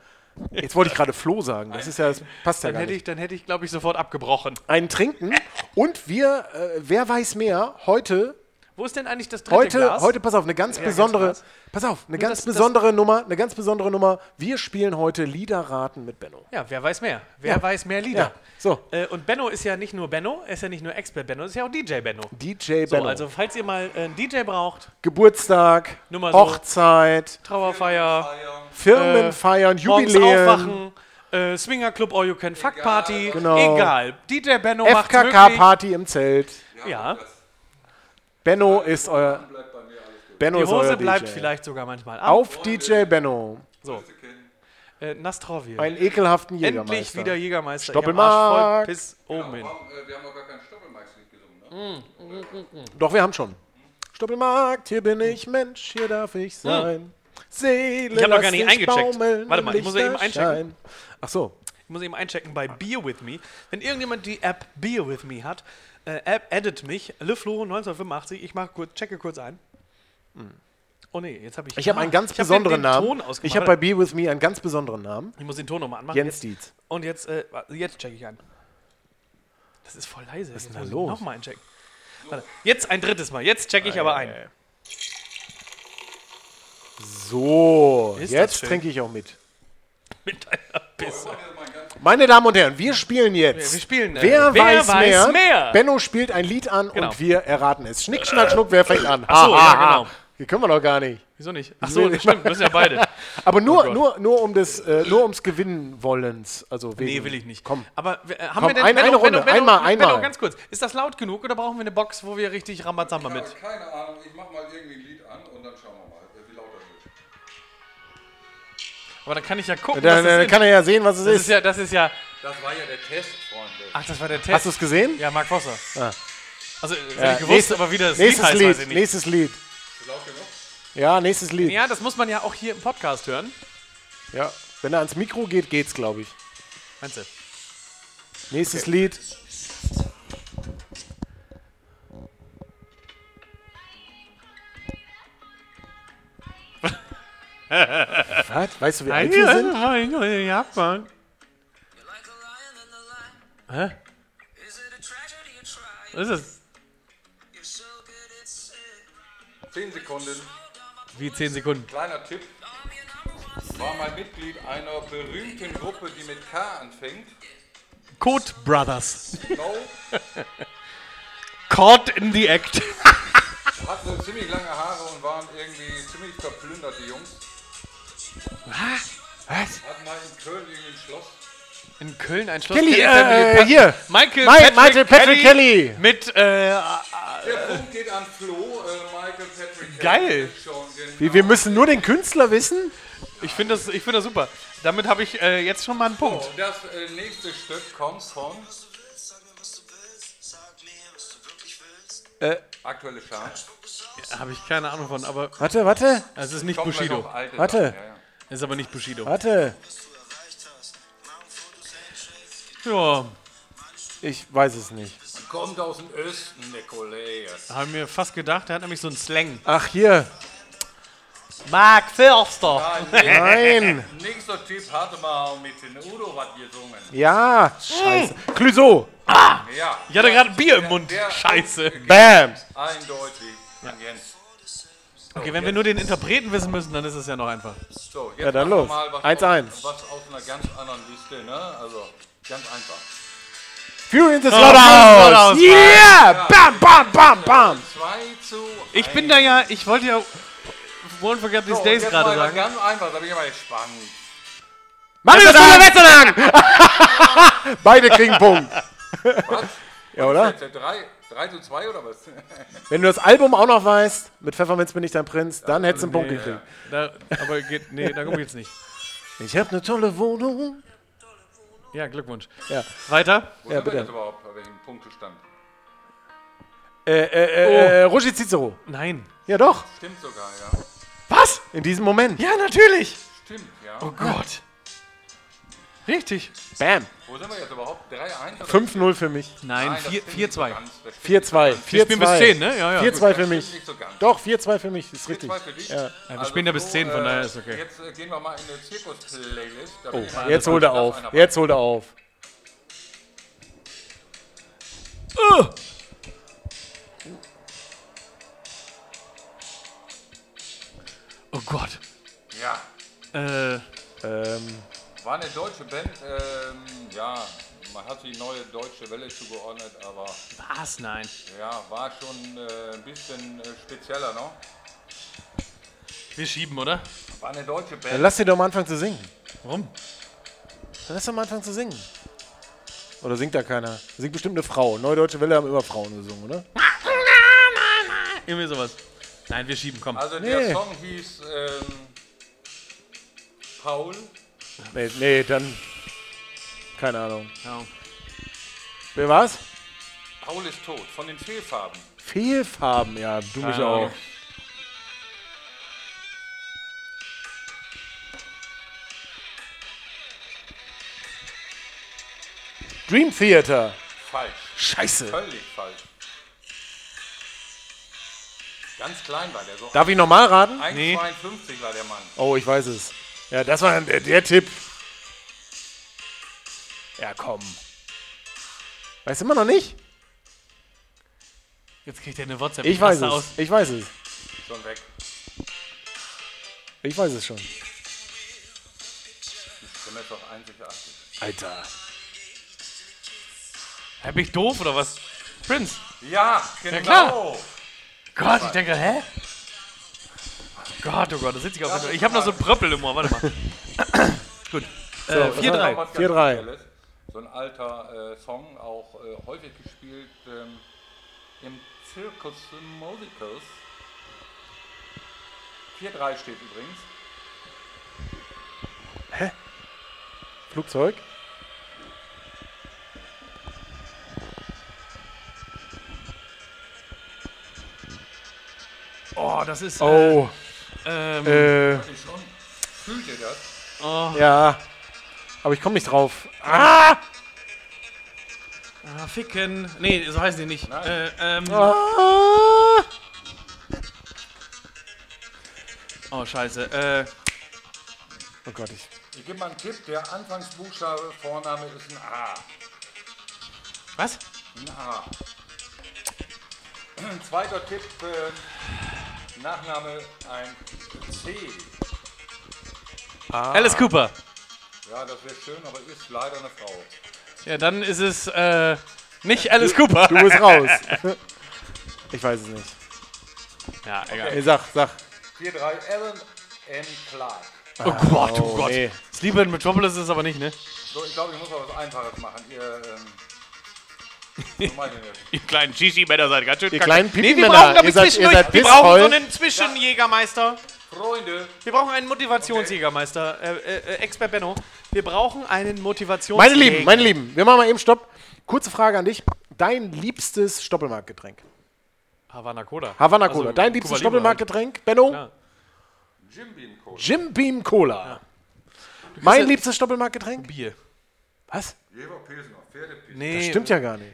S3: Jetzt wollte ich gerade Flo sagen. Das ist ja, das passt ja
S2: Dann
S3: gar
S2: hätte
S3: nicht.
S2: ich, dann hätte ich glaube ich, sofort abgebrochen.
S3: Einen trinken und wir, äh, wer weiß mehr, heute,
S2: Wo ist denn eigentlich das dritte
S3: heute,
S2: Glas?
S3: heute, pass auf, eine ganz besondere,
S2: Glas.
S3: pass auf, eine ganz
S2: das- das-
S3: besondere Nummer, eine ganz besondere Nummer. Wir spielen heute Liederraten mit Benno.
S2: Ja, wer weiß mehr? Wer
S3: Ja.
S2: weiß mehr Lieder?
S3: Ja, so.
S2: Äh, und Benno ist ja nicht nur Benno, er ist ja nicht nur Expert Benno, er ist ja auch DJ Benno.
S3: DJ
S2: So,
S3: Benno.
S2: also falls ihr mal äh, einen DJ braucht,
S3: Geburtstag,
S2: Nur mal so.
S3: Hochzeit,
S2: Trauerfeier,
S3: Firmenfeiern,
S2: morgens
S3: Jubiläen.
S2: aufwachen, äh, Swinger Club All You Can Fuck Party,
S3: Genau.
S2: egal. DJ Benno macht möglich.
S3: FKK-Party im Zelt.
S2: Ja,
S3: Benno ist euer. Benno
S2: die
S3: ist euer
S2: Hose
S3: DJ.
S2: bleibt vielleicht sogar manchmal ab.
S3: Auf DJ Benno.
S2: So. Äh, Nastrovje.
S3: Einen ekelhaften Jägermeister.
S2: Endlich wieder Jägermeister. Ich
S3: Stoppelmarkt.
S2: hab Arsch voll Piss oben hin. Mm.
S4: Warum, äh, wir haben auch gar kein Stoppelmarkslied gesungen, ne?
S3: Doch, wir haben schon. Stoppelmarkt, hier bin ich Mensch, hier darf ich sein. Seele,
S2: Hm. Ich hab noch
S3: lass
S2: gar nicht
S3: dich
S2: eingecheckt.
S3: baumeln,
S2: Warte mal, ich muss ja eben
S3: Lichterschein.
S2: einchecken.
S3: Ach so.
S2: Ich muss eben einchecken bei Beer With Me. Wenn irgendjemand die App Beer With Me hat, äh, App edit mich, LeFlo 1985, ich mach kurz, checke kurz ein. Oh nee, jetzt habe ich.
S3: Hm. Ich habe
S2: Ah,
S3: einen ganz
S2: ich hab den-
S3: besonderen
S2: den Ton
S3: Namen.
S2: ausgemacht.
S3: Ich habe bei Be With Me einen ganz besonderen Namen.
S2: ich muss den Ton nochmal anmachen.
S3: Jens
S2: Jetzt-
S3: Dietz.
S2: Und jetzt, äh, warte, jetzt checke ich ein. Das ist voll leise. Was ist
S3: denn da los?
S2: Nochmal einchecken. Warte, jetzt ein drittes Mal. Jetzt checke ich aber ein.
S3: So,
S2: Ist das
S3: jetzt
S2: schön.
S3: trinke ich auch mit.
S2: Mit einer Pisse.
S3: Meine Damen und Herren, wir spielen jetzt.
S2: Wir spielen, äh,
S3: wer,
S2: Wer
S3: weiß,
S2: weiß
S3: mehr?
S2: mehr?
S3: Benno spielt ein Lied an
S2: Genau.
S3: und wir erraten es. Schnick, schnack, schnuck, wer fängt an?
S2: Ach so,
S3: Ha,
S2: ja,
S3: ha, ha.
S2: genau.
S3: Hier können wir doch gar nicht.
S2: Wieso nicht? Ach so, stimmt, müssen ja beide.
S3: Aber nur,
S2: Oh Gott.
S3: nur, nur um des, äh, nur ums Gewinnen wollens. Also wegen,
S2: Nee, will ich nicht.
S3: Komm.
S2: Aber äh, haben
S3: Komm,
S2: wir denn
S3: ein- eine Runde. Einmal, einmal.
S2: ganz kurz. Ist das laut genug oder brauchen wir eine Box, wo wir richtig Rambazamba
S4: Ich
S2: mit?
S4: habe keine Ahnung, ich mach mal irgendwie ein Lied an und dann schauen wir mal, äh, wie laut das wird.
S2: Aber dann kann ich ja gucken.
S3: Dann,
S2: was das
S3: dann
S2: ist.
S3: kann er ja sehen, was es
S2: das
S3: ist.
S2: ist ja, das ist ja.
S4: Das war ja der Test, Freunde.
S2: Ach, das war der Test.
S3: Hast du es gesehen?
S2: Ja, Mark Foster. Also, äh, hätte
S3: Ja,
S2: ich gewusst,
S3: nächste-
S2: aber wieder das Lied
S3: nächstes
S2: heißt, weiß ich
S3: Lied.
S2: nicht.
S3: Nächstes Lied.
S4: Laut genug?
S3: Ja, nächstes Lied. Ja.
S2: Ja, das muss man ja auch hier im Podcast hören.
S3: Wenn er ans Mikro geht, geht's, glaube ich.
S2: Meinst du?
S3: Nächstes Lied. Was? Weißt du, wie alt wir sind?
S2: Japan. Hä? Was ist
S4: Zehn Sekunden.
S2: das? Wie 10 Sekunden.
S4: Kleiner Tipp. War mal Mitglied einer berühmten Gruppe, die mit K anfängt.
S2: Code Brothers.
S4: No.
S2: Caught in the Act.
S4: Hatten ziemlich lange Haare und waren irgendwie ziemlich verplündert, die Jungs.
S3: Was?
S4: Hatten mal in Köln irgendwie ein Schloss.
S2: In Köln ein Schloss.
S3: Kelly,
S2: Kelly Family
S3: äh,
S2: Pat-
S3: hier.
S2: Michael,
S3: Mi-
S2: Patrick,
S3: Michael Patrick Kelly.
S2: Mit, äh,
S4: Der Punkt geht an Flo, äh, Michael Patrick.
S2: Geil.
S4: Schon, genau.
S3: Wie, wir müssen nur den Künstler wissen?
S2: ich finde das, ich find das super. Damit habe ich äh, jetzt schon mal einen Punkt.
S4: Und das äh, nächste Stück kommt von
S3: Äh,
S4: aktuelle Charts.
S2: Habe ich keine Ahnung von, aber
S3: Warte, warte,
S2: es ist nicht
S4: Kommen gleich
S2: Bushido.
S4: noch alte
S3: Warte.
S4: Sachen, ja, ja.
S2: Es ist aber nicht Bushido.
S3: warte.
S2: Ja,
S3: Ich weiß es nicht.
S4: Kommt aus dem Osten, der Kollege.
S2: haben wir fast gedacht, der hat nämlich so einen Slang.
S3: Ach, hier.
S2: Mark Förster.
S3: Nein.
S4: Also, Nächster Typ hatte mal mit den Udo was gesungen.
S3: Ja. Scheiße. Clouseau.
S4: Ja,
S2: Ich hatte gerade Bier im Mund.
S4: der-
S2: Scheiße.
S3: Bam.
S4: eindeutig. Und Jens.
S2: Okay, wenn wir nur den Interpreten wissen müssen, dann ist es ja noch einfach.
S4: So, jetzt
S3: Ja, dann
S4: machen wir
S3: los.
S4: mal was
S3: Eins,
S4: aus,
S3: eins.
S4: Was aus einer ganz anderen Liste, ne? Also, ganz einfach.
S3: Fury in the
S2: Slaughterhouse,
S3: Slaughterhouse. Yeah. Bam, bam, bam, bam.
S4: 2 zu.
S2: Ich bin da ja, ich wollte ja Won't Forget These
S4: So,
S2: Days
S4: Oh, jetzt
S2: gerade
S4: mal was
S2: sagen.
S4: Ganz einfach, da bin ich mal gespannt.
S3: Mario Westerlang. Beide kriegen einen Punkt.
S4: Was?
S3: Ja, oder?
S4: 3, 3 zu 2 oder was?
S3: Wenn du das Album auch noch weißt, mit Pfefferminz bin ich dein Prinz, dann hättest du einen Punkt gekriegt.
S2: Da, aber geht, nee, da gucke ich jetzt nicht.
S3: Ich hab eine tolle Wohnung.
S2: Ja, Glückwunsch.
S3: Ja.
S2: Weiter.
S4: Wo
S3: Ja,
S4: sind wir
S3: bitte.
S4: jetzt überhaupt? Bei welchem Punktestand?
S3: Äh, äh, äh, äh,
S2: Oh.
S3: Roger Cicero.
S2: Nein.
S3: Ja, doch.
S4: Stimmt sogar, ja.
S2: Was?
S3: In diesem Moment.
S2: Ja, natürlich.
S4: Stimmt, ja.
S2: Oh Gott. Richtig.
S3: Bam.
S4: Wo sind wir jetzt überhaupt? 3, 1 oder
S3: 5-0 für mich.
S2: Nein, vier-
S4: das stimmt nicht so
S2: 4-2.
S4: ganz. Das stimmt
S3: 4-2. 4-2.
S2: Wir spielen bis 10, ne? Ja, ja.
S3: 4-2 für
S4: Das
S3: mich.
S4: stimmt nicht so ganz.
S3: Doch, 4-2 für mich. Ist richtig.
S4: 4-2 für dich. Also
S3: Ja.
S2: wir spielen ja bis 10, von daher ist okay.
S4: Jetzt äh, gehen wir mal in eine Zirkus-Playlist. Da
S3: Oh,
S4: bin ich mal-
S3: jetzt holt er
S4: Das
S3: auf.
S4: einer-
S3: Jetzt holt er auf.
S2: Oh Gott.
S4: Ja,
S2: Äh,
S3: Ähm,
S4: war eine deutsche Band. Ähm, ja, man hat die neue deutsche Welle zugeordnet, aber
S2: was? Nein.
S4: ja, war schon äh, ein bisschen äh, spezieller, ne?
S2: Wir schieben, oder?
S4: War eine deutsche
S3: dann
S4: Band.
S3: lass sie doch mal anfangen zu singen.
S2: Warum?
S3: Dann lass doch mal anfangen zu singen. Oder singt da keiner? Singt bestimmt eine Frau. Neudeutsche Welle haben immer Frauen gesungen, oder?
S2: Irgendwie sowas. Nein, wir schieben, komm.
S4: Also
S3: Nee.
S4: der Song hieß ähm, Paul.
S3: Nee, nee, dann. Keine Ahnung.
S2: Ja.
S3: Wer war's?
S4: Paul ist tot, von den Fehlfarben.
S3: Fehlfarben, ja, du mich
S2: Keine Ahnung.
S3: auch. Dream Theater.
S4: Falsch.
S3: Scheiße.
S4: Völlig falsch. Ganz klein war der so.
S3: Darf ich nochmal raten?
S4: 1,52 war der Mann.
S3: Oh, ich weiß es. Ja, das war der, der Tipp. Ja, komm. Weißt du immer noch nicht?
S2: Jetzt kriegt er eine WhatsApp.
S3: Ich weiß
S2: raste
S3: es.
S2: Aus.
S3: Ich weiß es.
S4: Schon weg.
S3: Ich weiß es schon.
S4: Stimme ist doch einzigartig.
S3: Alter.
S2: Hä, bin ich doof oder was? Prince.
S4: Ja,
S2: klar.
S4: genau.
S2: Gott, ich denke, hä? Gott, oh Gott, da sitze ich auf der Ich habe noch so ein Pröppel im Ohr, warte mal. Gut. äh,
S3: was
S2: 4-3.
S4: Was ganz
S3: 4-3.
S4: Spezielles. So ein alter äh, Song, auch äh, häufig gespielt ähm, im Circus Musicals. 4-3 steht übrigens.
S3: Flugzeug?
S2: Oh, das ist. Äh,
S3: Oh,
S2: ähm, oh.
S3: äh,
S4: Schon fühlt ihr das?
S3: ja. Aber ich komme nicht drauf.
S2: ah, Ficken. Nee, so heißen die nicht. Äh, ähm,
S3: Ah,
S2: Oh, scheiße. Äh,
S3: Oh Gott, ich.
S4: Ich gebe mal einen Tipp, der Anfangsbuchstabe, Vorname ist ein A.
S2: was?
S4: Ein A. Ein zweiter Tipp, äh, Nachname ein C.
S2: Alice Cooper.
S4: Ja, das wäre schön, aber ist leider eine Frau.
S2: Ja, dann ist es äh, nicht Alice Cooper.
S3: Du bist raus. ich weiß es nicht.
S2: Ja, egal.
S3: Nee, sag, sag.
S4: 4-3, Alan N. Clark.
S2: Oh Gott, oh,
S3: Oh,
S2: Gott.
S3: nee.
S2: Sleeper in Metropolis ist es aber nicht, ne?
S4: So, ich glaube, ich muss aber was Einfaches machen. Ihr, ähm, so mach ich den jetzt.
S5: Die kleinen Shishi-Männer seid ganz schön
S3: Ihr
S5: kacke.
S3: kleinen
S2: Nee,
S3: pipi
S2: wir brauchen
S3: ihr
S2: damit
S3: seid, ihr
S2: zwischendurch.
S3: seid
S2: wir brauchen so
S3: pissvoll.
S2: einen Zwischenjägermeister.
S4: Freunde,
S2: Wir brauchen einen Motivationsjägermeister. Äh, äh, äh, Expert Benno. Wir brauchen einen
S3: Meine
S2: Motivationsjäger.
S3: Lieben, meine Lieben, wir machen mal eben Stopp. Kurze Frage an dich. Dein liebstes Stoppelmarktgetränk?
S2: Havana Cola.
S3: Havana Cola.
S2: Also,
S3: Dein liebstes
S2: Cuba Libre
S3: Stoppelmarktgetränk, Benno?
S2: Klar.
S4: Jim Beam Coach.
S3: Jim Beam Cola. Mein
S2: ja-
S3: liebstes Stoppelmarktgetränk?
S2: Bier.
S3: Was?
S4: Jever Pilsner, Pferdepiss.
S2: Nee.
S3: Das stimmt ja gar nicht.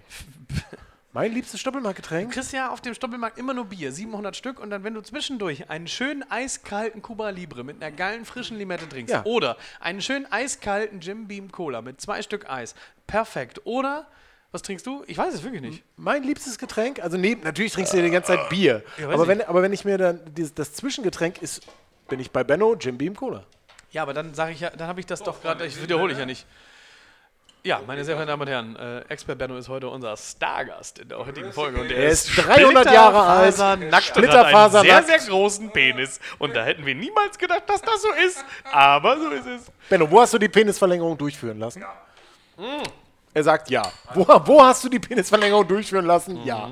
S3: Mein liebstes Stoppelmarktgetränk?
S2: kriegst ja auf dem Stoppelmarkt immer nur Bier, 700 Stück. Und dann, wenn du zwischendurch einen schönen eiskalten Cuba Libre mit einer geilen frischen Limette trinkst
S3: Ja.
S2: oder einen schönen eiskalten Jim Beam Cola mit zwei Stück Eis, perfekt. Oder, was trinkst du? Ich weiß es wirklich nicht.
S3: Mein liebstes Getränk? Also nee, natürlich trinkst du die ganze Zeit Bier.
S2: Äh, weiß
S3: aber, wenn, aber wenn ich mir dann dieses, das Zwischengetränk ist, bin ich bei Benno, Jim Beam Cola.
S2: Ja, aber dann sage ich ja, dann habe ich das doch gerade, Oh, ich wiederhole ich ja nicht. Ja, meine sehr verehrten Damen und Herren, äh, Expert Benno ist heute unser Stargast in der Äh, heutigen Folge. Und
S3: Er ist 300 Jahre alt.
S2: Nackt und hat einen
S3: Splitterfasernackt.
S2: sehr, sehr
S5: großen Penis. Und da hätten wir niemals gedacht, dass das so ist. Aber so ist es.
S3: Benno, wo hast du die Penisverlängerung durchführen lassen? Ja.
S2: Hm.
S3: Er sagt ja. Wo, wo hast du die Penisverlängerung durchführen lassen?
S2: Mhm.
S3: Ja.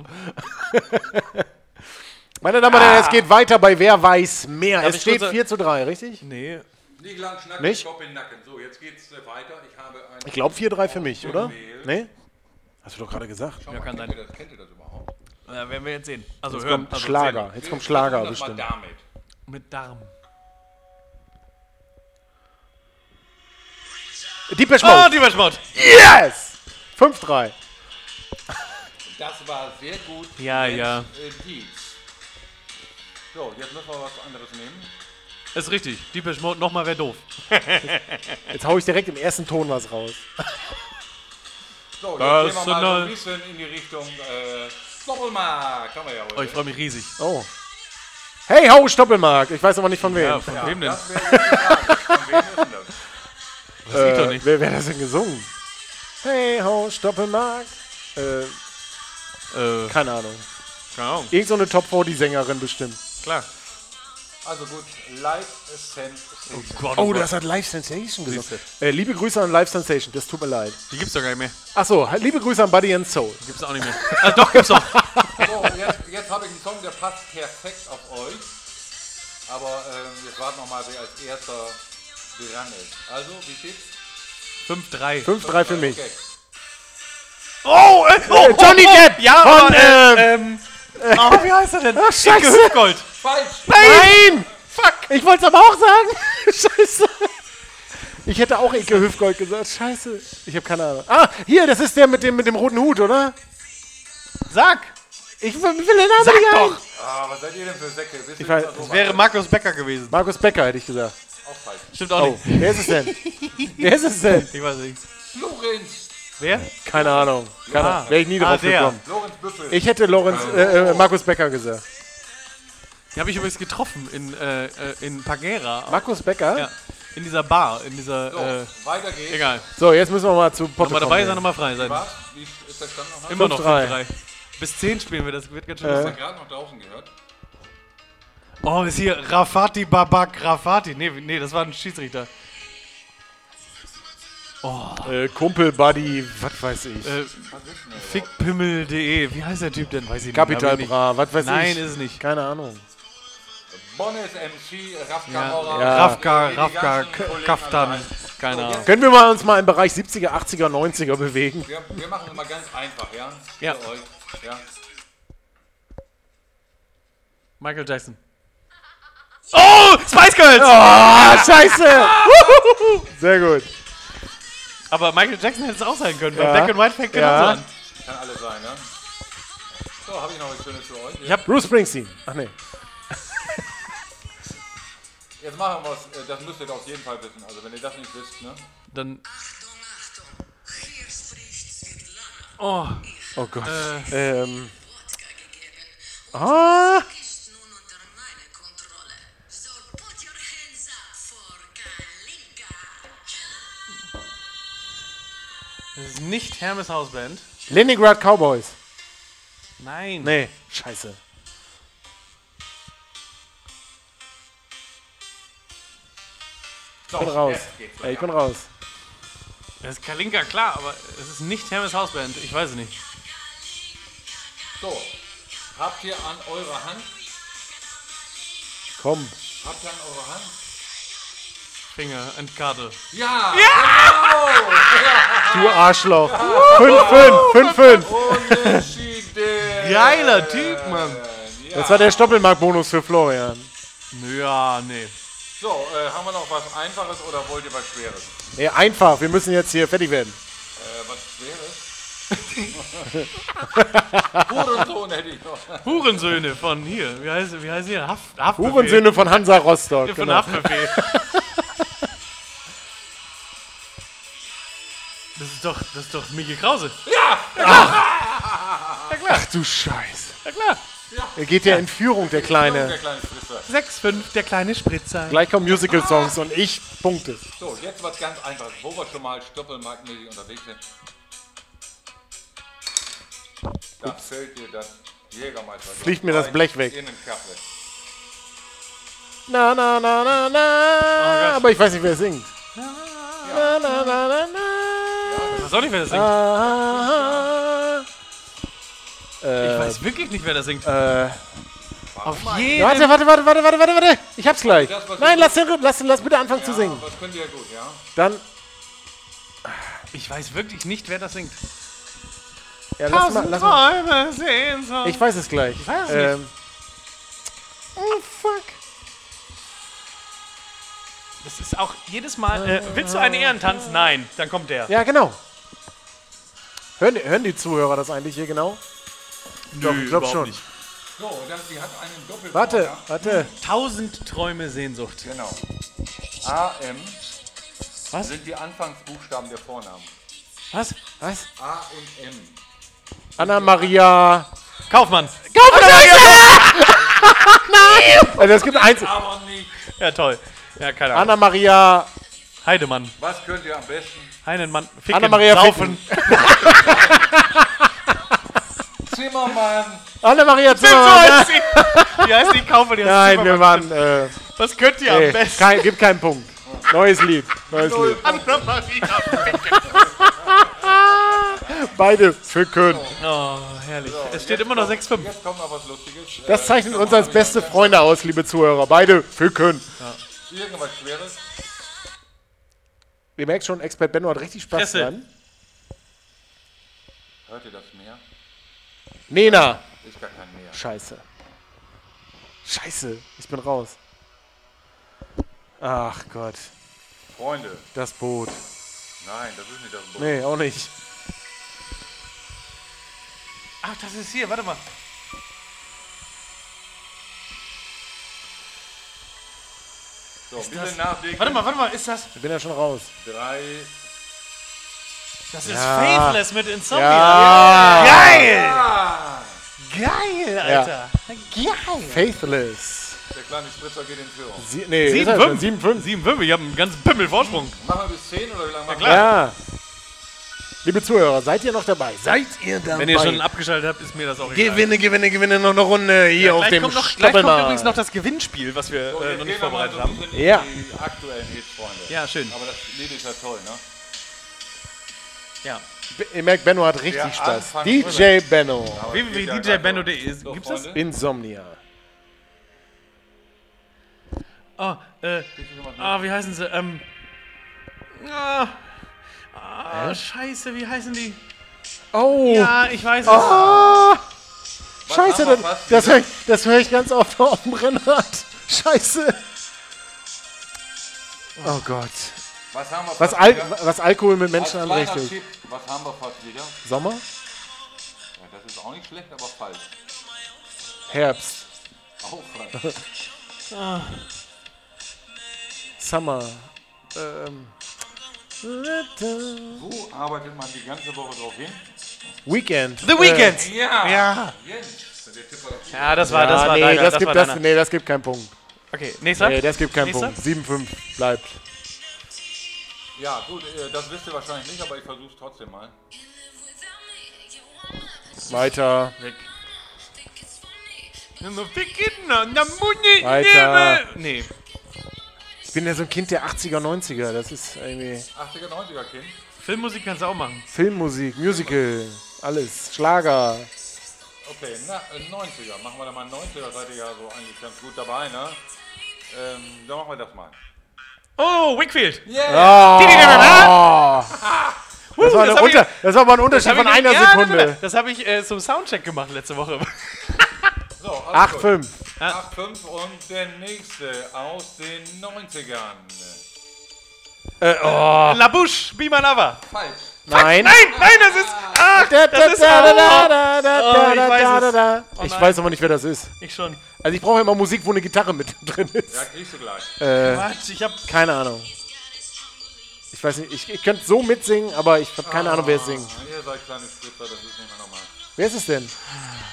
S3: Meine Damen und Herren, es geht weiter bei Wer weiß mehr.
S2: Ah. ich
S3: es steht
S2: kurz-
S3: 4 zu 3, richtig?
S2: Nee,
S4: Niegland, Schnacken,
S3: Nicht?
S4: Stopp in Nacken. So, jetzt geht's äh, weiter. Ich habe ein...
S3: Ich glaube 4-3 für mich, oder?
S4: Nee.
S3: Nee? Hast du doch gerade gesagt.
S4: Schau mal,
S2: kann
S4: kennt, ihr das, kennt ihr das überhaupt?
S2: äh, werden wir jetzt sehen. Also
S3: Jetzt
S2: hören.
S3: kommt
S2: Also
S3: Schlager. Jetzt kommt Schlager
S4: das mal
S3: bestimmt.
S4: damit.
S2: sehen. Mit Darm.
S3: Deepesh
S2: Oh,
S3: Mode.
S2: die Mode.
S3: yes! 5-3.
S4: Das war sehr gut.
S2: Ja,
S4: mit,
S2: ja.
S4: Äh, Dietz. So, jetzt müssen wir was anderes nehmen.
S2: Ist richtig. Deepesh Mode, nochmal wäre doof.
S3: Jetzt hau ich direkt im ersten Ton was raus.
S4: So, jetzt
S2: Das
S4: gehen
S2: ist
S4: wir mal so
S2: eine-
S4: ein bisschen in die Richtung äh, Doppelmark. Kann man ja
S2: Oh, ich
S4: heute.
S2: freue mich riesig.
S3: Oh. Hey, ho, Stoppelmarkt. Ich weiß aber nicht von wem.
S2: Ja, von wem denn?
S4: Das wäre jetzt die Frage. Von wem ist denn das?
S2: Das liegt doch
S3: Äh,
S2: nicht.
S3: Wer, wer hat das denn gesungen? Hey ho, Stoppelmarkt. Äh,
S2: Äh,
S3: keine Ahnung.
S2: keine Ahnung.
S3: Irgend so eine Top 40 Sängerin bestimmt.
S2: Klar.
S4: Also gut, Live Ascent. Oh
S2: Gott,
S3: Oh,
S2: Gott.
S3: das hat Live Sensation gesungen. Äh, liebe Grüße an Live Sensation, das tut mir leid.
S2: Die gibt's doch gar nicht mehr.
S3: Achso, liebe Grüße an Buddy and Soul.
S2: Gibt's auch nicht mehr. Ah, doch, gibt's doch.
S4: So, jetzt, jetzt habe ich einen Song, der passt perfekt auf euch. Aber ähm, jetzt warten wir mal, wer als erster dran ist. Also, wie steht's?
S2: 5-3.
S3: 5-3 für mich.
S4: Okay.
S2: Oh, äh, oh,
S3: Äh, Johnny Depp
S2: Ja,
S3: von,
S2: von, äh, ähm. Oh, wie heißt er denn? Ach,
S3: Scheiße.
S2: Hüftgold.
S4: Falsch!
S3: Nein! Fuck! Ich wollte es aber auch sagen. Scheiße. Ich hätte auch Eke Hüfgold gesagt. Scheiße. Ich habe keine Ahnung. Ah, hier, das ist der mit dem, mit dem roten Hut, oder?
S2: Sag.
S3: Ich will will den Namen
S2: Sag
S3: nicht ein.
S2: doch.
S4: Ah, was seid ihr denn für Säcke? Wisst ihr,
S3: weiß-
S4: was so
S2: Wäre Markus Becker gewesen.
S3: Markus Becker hätte ich gesagt.
S4: auch falsch.
S2: Stimmt auch
S3: Oh,
S2: nicht.
S3: wer ist es denn? wer ist es denn?
S2: Ich weiß nicht.
S4: Lorenz!
S2: Wer?
S3: Keine Ahnung. Keine
S2: Ah.
S3: Ahnung. Wäre ich nie
S2: Ah,
S3: drauf
S2: der.
S3: gekommen.
S4: Lorenz Büffel!
S3: Ich hätte Lorenz, äh, äh, Markus Becker gesagt.
S2: Die habe ich übrigens getroffen in, äh, äh, in Pagera.
S3: Markus Becker?
S2: Ja. In dieser Bar. In dieser.
S3: Oh,
S4: so,
S2: Äh,
S4: weiter geht's.
S2: egal.
S3: So, jetzt müssen wir mal zu Potte
S2: Nochmal dabei sein,
S3: kommen.
S2: nochmal frei sein.
S4: Was? Wie ist der Stand noch?
S2: Immer noch
S3: 5-3.
S2: 5-3. Bis 10 spielen wir, das wird ganz schön
S3: Äh.
S4: Ich
S2: lustig.
S4: hab gerade noch draußen gehört.
S2: Oh, ist hier Rafati Babak Rafati. Nee, nee, das war ein Schiedsrichter.
S3: Äh, Kumpel, Buddy, was weiß ich.
S2: Äh, Fickpimmel.de. Wie heißt der Typ denn? Weiß ich nicht.
S3: Capital
S2: Hab ich nicht.
S3: Bra, was weiß
S2: Nein,
S3: ich.
S2: ist es nicht.
S3: Keine Ahnung.
S4: Bonnes MC, Rafka Horror.
S3: Ja.
S4: die-
S8: Rafka,
S4: die
S8: Rafka,
S4: ganzen
S8: K-
S4: Kollegen
S8: Kaftan.
S4: am Kreis.
S2: Keine Ahnung.
S3: Können wir mal uns mal im Bereich 70er, 80er, 90er bewegen?
S4: Wir, wir machen es mal ganz einfach, ja?
S2: Ja.
S4: Für euch, ja.
S2: Michael Jackson.
S5: Oh, Spice Girls!
S3: Ah, scheiße! Sehr gut.
S2: Aber Michael Jackson hätte es auch sein können, weil
S3: Ja.
S2: Black and White fängt
S3: Ja.
S2: genauso an.
S4: Kann alles sein, ne? So, habe ich noch was Schönes für euch.
S3: Bruce Springsteen. Ach nee.
S4: Jetzt machen wir es, das müsstet ihr auf jeden Fall wissen. Also, wenn ihr das nicht wisst, ne?
S2: Dann.
S3: Oh Gott. Ähm. Ah,
S2: Das ist nicht Hermes Hausband.
S3: Leningrad Cowboys.
S2: Nein.
S3: Nee, scheiße.
S4: So,
S3: Ich bin raus.
S4: jetzt geht's
S3: Ey, ich bin raus.
S2: Das ist Kalinka, klar, aber es ist nicht Hermes Hausband. Ich weiß es nicht.
S4: So, habt ihr an eurer Hand,
S3: Komm.
S4: habt ihr an eurer Hand?
S2: Finger und Karte.
S4: Ja!
S3: Du Arschloch. 5-5, 5-5.
S4: Genau! Unentschieden!
S2: Geiler Typ, Mann.
S3: Das war der Stoppelmarkt-Bonus für Florian.
S2: Ja, nee.
S4: So, äh, haben wir noch was Einfaches oder wollt ihr was Schweres?
S3: Nee, einfach. Wir müssen jetzt hier fertig werden.
S4: Äh, was Schweres? Hurensohn hätte ich noch.
S2: Hurensöhne von hier. Wie heißt, wie heißt hier? Haft, Haftbefehl.
S3: Hurensöhne genau. von Hansa Rostock.
S2: Von Haftbefehl. Das ist doch, das ist doch Mickey Krause.
S3: Ach du Scheiße. Ja, klar. Er geht ja in Führung, der
S4: Der
S3: Kleine.
S4: kleine Spritzer.
S2: 6,5, der kleine Spritzer.
S3: Gleich kommen Musical-Songs und ich punkte.
S4: So, jetzt was ganz Einfaches, wo wir schon mal stoppelmarktmäßig unterwegs sind. Da fällt dir das Jägermeister.
S3: Fliegt mir das Blech weg.
S4: Innenkappe.
S3: Na, na, na, na, na. Aber ich weiß nicht, wer singt. Na, na, na, na, na.
S2: Ich weiß auch nicht, wer das singt.
S3: Ah,
S2: Ich weiß wirklich nicht, wer das singt.
S3: äh,
S2: Auf jeden
S3: warte, warte, warte, warte, warte, warte, warte. Ich hab's gleich.
S4: Das, was
S3: Nein,
S4: ich-
S3: lass den, lass den, lass bitte anfangen zu
S4: Ja,
S3: singen.
S4: das könnt ihr ja gut, ja?
S3: Dann,
S2: Ich weiß wirklich nicht, wer das singt.
S3: ja, lass mal, lass mal.
S2: Träume, Sehnsucht.
S3: Ich weiß es gleich. Ähm. Ich
S2: weiß es
S3: Oh, fuck.
S2: Das ist auch jedes Mal. Äh, willst du einen Ehrentanz? Nein, dann kommt der.
S3: Ja, genau. Hören, hören die Zuhörer das eigentlich hier genau? Doch, ich glaub
S2: überhaupt
S3: schon.
S2: nicht.
S4: So, das, die hat einen Doppel.
S3: Warte,
S4: Ja,
S3: warte.
S2: Tausend Träume Sehnsucht.
S4: genau. AM
S2: Was?
S4: sind die Anfangsbuchstaben der Vornamen.
S2: Was?
S3: Was?
S4: A und M.
S3: Anna-Maria.
S2: Kaufmann.
S3: Also es gibt eins.
S4: Aber nicht.
S2: Ja, toll. Ja, keine Ahnung.
S3: Anna-Maria.
S2: Heidemann.
S4: Was könnt ihr am besten?
S2: Heinenmann. Ficken.
S3: Anna-Maria
S2: Saufen.
S4: Zimmermann.
S3: Anna-Maria
S2: So
S3: Zimmermann.
S2: heißt sie. Wie heißt die Kaufmann? Die heißt
S3: Nein, wir
S2: Zimmermann.
S3: waren. Äh,
S2: Was könnt ihr am
S3: ey,
S2: besten?
S3: kein, gibt keinen Punkt. Neues Lied. Neues Lied.
S5: Anna-Maria Ficken.
S3: Beide ficken.
S2: Oh, herrlich. es steht immer noch 6,5.
S4: Jetzt kommt noch was Lustiges.
S3: Das
S4: Äh,
S3: zeichnet uns als
S4: Zimmermann,
S3: beste Freunde aus, liebe Zuhörer. Beide ficken.
S4: Äh, Irgendwas Schweres.
S3: Ihr merkt schon, Expert Benno hat richtig Spaß
S2: Fresse.
S3: dran.
S4: Hört ihr das mehr?
S3: Nena.
S4: Ist gar kein Meer.
S3: Scheiße. Scheiße. Ich bin raus. Ach Gott.
S4: Freunde.
S3: Das Boot.
S4: Nein, das ist nicht das Boot.
S3: Nee, auch nicht.
S2: Ach, das ist hier. Warte mal.
S4: So, ein bisschen nachdenken.
S2: Warte mal, warte mal. Ist das.
S3: Ich bin ja schon raus.
S4: Drei.
S2: Das ist
S3: Ja.
S2: Faithless mit Insomnia.
S3: Ja.
S2: Geil! Geil, Alter. Geil.
S3: Faithless.
S4: Der kleine Spritzer geht in Führung.
S3: Sie, nee,
S2: 7,5.
S3: 7-5.
S2: 7,5. Ich habe einen ganzen Pimmel Vorsprung.
S4: Machen wir bis 10 oder wie lange machen wir?
S3: Ja. Liebe Zuhörer, seid ihr noch dabei? Seid ihr dabei?
S2: Wenn ihr schon abgeschaltet habt, ist mir das auch egal.
S3: Gewinne, gewinne, gewinne noch eine Runde hier auf
S2: Gleich
S3: dem
S2: kommt, noch, gleich kommt
S3: Stoppelmarkt.
S2: übrigens noch das Gewinnspiel, was wir
S4: So,
S2: äh,
S4: jetzt
S2: noch
S4: gehen
S2: nicht
S4: wir also mal
S2: vorbereitet
S4: so ein
S2: haben.
S4: bisschen
S3: Ja.
S4: in Die aktuellen Hits, Freunde.
S2: Ja, schön.
S4: Aber das Lied ist ja toll, ne?
S2: Ja.
S3: Ihr merkt, Benno hat richtig
S4: Der
S3: Spaß.
S4: Anfang
S3: DJ Benno.
S4: Aber es geht ja gleich los.
S2: www.djbenno.de.
S4: So,
S2: Gibt's das?
S4: Freunde,
S3: Insomnia.
S2: Oh, äh, ah, wie heißen sie? Ähm, ah, ah, scheiße, wie heißen die?
S3: Oh,
S2: Ja, ich weiß es.
S3: scheiße,
S4: haben wir
S3: dann,
S4: fast
S3: das höre ich, das hör ich ganz oft auf dem Rennrad. Scheiße. Oh Gott.
S4: Was haben wir
S3: Was,
S4: fast
S3: Al
S4: wieder?
S3: was Alkohol mit
S4: Als
S3: Menschen anrichtet.
S4: kleiner Tipp, was haben wir fast wieder?
S3: Sommer?
S4: Ja, das ist auch nicht schlecht, aber falsch.
S3: Herbst.
S4: Auch falsch.
S3: Summer. Ähm.
S4: Wo arbeitet man die ganze Woche drauf hin?
S3: Weekend. Äh,
S9: The Weekends!
S4: Ja!
S9: Ja.
S4: Jens, der Tipp war doch gut.
S9: Ja, das war, das
S3: Ah,
S9: war
S3: nee,
S9: deiner.
S3: das
S9: das war
S3: gibt, das,
S9: deiner.
S3: nee, das gibt keinen Punkt.
S9: Okay, nächster.
S3: Nee, das gibt keinen
S9: Nächster?
S3: Punkt. 7-5 bleibt.
S4: Ja, gut, äh, das wisst ihr wahrscheinlich nicht, aber ich versuch's trotzdem mal.
S3: Weiter. Weiter.
S2: Weiter. Nee.
S3: Ich bin ja so ein Kind der 80er, 90er. Das ist irgendwie
S4: 80er, 90er Kind.
S2: Filmmusik kannst du auch machen.
S3: Filmmusik, Musical, alles. Schlager.
S4: Okay, na, äh, 90er. Machen wir da mal 90er, seid ihr ja so eigentlich ganz gut dabei, ne? Ähm, dann machen wir das mal.
S2: Oh, Wakefield.
S3: Ah. Das war, eine
S2: hab ich-
S3: Unter das war aber ein Unterschied von einer
S2: Ja,
S3: Sekunde.
S2: Das habe ich äh, zum Soundcheck gemacht letzte Woche.
S4: So, alles gut.
S3: 8-5.
S4: 8, 5 und der nächste aus den 90ern.
S3: Ah.
S2: La Bouche, Be My Lover.
S4: Falsch.
S3: Nein.
S2: Nein, nein, das ist. Ach,
S3: Da,
S2: das
S3: da,
S2: ist.
S3: da,
S2: Oh,
S3: da, da, da,
S2: Oh,
S3: da, da,
S2: ich
S3: da,
S2: weiß
S3: da,
S2: es.
S3: da,
S2: Oh
S3: da. Ich
S2: nein.
S3: weiß aber nicht, wer das ist.
S2: ich schon.
S3: Also ich brauche ja immer Musik, wo eine Gitarre mit drin ist.
S4: Da kriegst du gleich.
S3: Äh.
S2: Quatsch, ich habe
S3: Keine Ahnung. Ich weiß nicht, ich, ich könnte so mitsingen, aber ich habe keine Ahnung, wer es singt.
S4: Ah, Ihr seid kleine Spritzer, das ist nicht mehr normal.
S3: Wer ist es denn?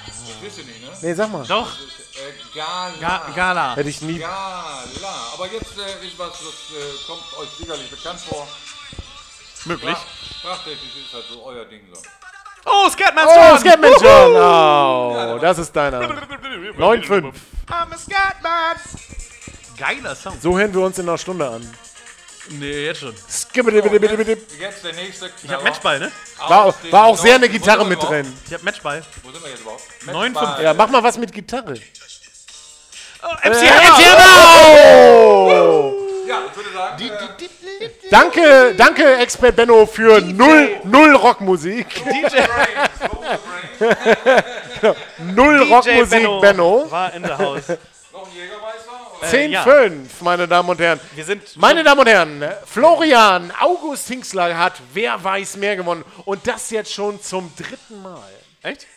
S4: Das wisst ihr nicht, ne?
S3: Nee, sag mal.
S2: Doch,
S4: Äh, Gala.
S2: Ga Gala.
S3: Hätte ich nie.
S4: Gala. Aber jetzt äh, ist was, das äh, kommt euch sicherlich bekannt vor.
S2: Möglich.
S4: Sprach- Sprachtechnisch ist halt so euer Ding so.
S2: Oh, Scatman
S3: Oh,
S2: John.
S3: Scatman John! Oh, das ist deiner. 9-5.
S2: I'm a Scatman. Geiler Song.
S3: So hören wir uns in einer Stunde an.
S2: Nee, jetzt schon.
S3: Skibbidi-bidi-bidi-bidi.
S4: Jetzt der nächste
S2: Ich habe
S4: Knaller.
S2: Matchball, ne?
S4: aus
S3: War,
S4: den
S3: war auch sehr eine
S4: 90ern.
S3: Gitarre mit
S4: Wo sind wir
S3: drin.
S2: Ich habe Matchball.
S4: überhaupt? Wo sind wir jetzt überhaupt?
S2: 9,
S4: Matchball.
S2: fünf.
S3: Ja, mach mal was mit Gitarre.
S2: Oh, MC
S3: Äh,
S2: Hammer.
S3: Genau!
S4: Ja, ich würde sagen, äh,
S3: Danke, danke, Expert Benno, für null, null Rockmusik.
S4: Brains, Go the Brains.
S3: Null Rockmusik, Benno.
S2: War in der Haus.
S4: Noch ein Jägermeister? Oder?
S3: 10,
S2: Äh, ja.
S3: 5, meine Damen und Herren.
S2: Wir sind.
S3: Meine Damen und Herren, Florian August Hingsler hat Wer weiß mehr gewonnen. Und das jetzt schon zum dritten Mal.
S2: Echt?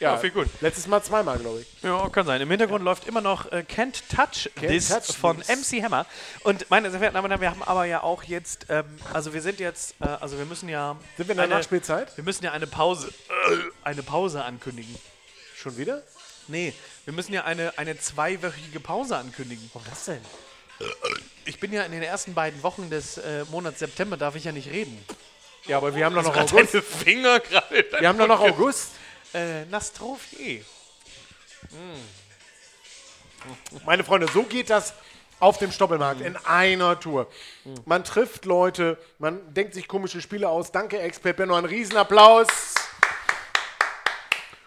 S3: Ja,
S2: viel gut.
S3: Letztes Mal zweimal, glaube ich.
S2: Ja, kann sein. Im Hintergrund läuft immer noch äh, Can't Touch This
S3: Touch
S2: von
S3: This.
S2: MC Hammer. Und meine sehr verehrten Damen und Herren, wir haben aber ja auch jetzt, ähm, also wir sind jetzt, äh, also wir müssen ja.
S3: Sind wir in der
S2: eine-
S3: Nachspielzeit?
S2: Wir müssen ja eine Pause, äh, eine Pause ankündigen.
S3: Schon wieder?
S2: Nee, wir müssen ja eine, eine zweiwöchige Pause ankündigen.
S3: Warum das Oh, denn?
S2: Ich bin ja in den ersten beiden Wochen des äh, Monats September, darf ich ja nicht reden.
S3: Ja, aber wir haben doch noch August.
S2: Finger gerade.
S3: Oh, Wir haben doch noch August.
S2: Äh, Nastrophie.
S3: Meine Freunde, so geht das auf dem Stoppelmarkt in einer Tour. Man trifft Leute, man denkt sich komische Spiele aus. Danke, Expert Benno. Ein Riesenapplaus.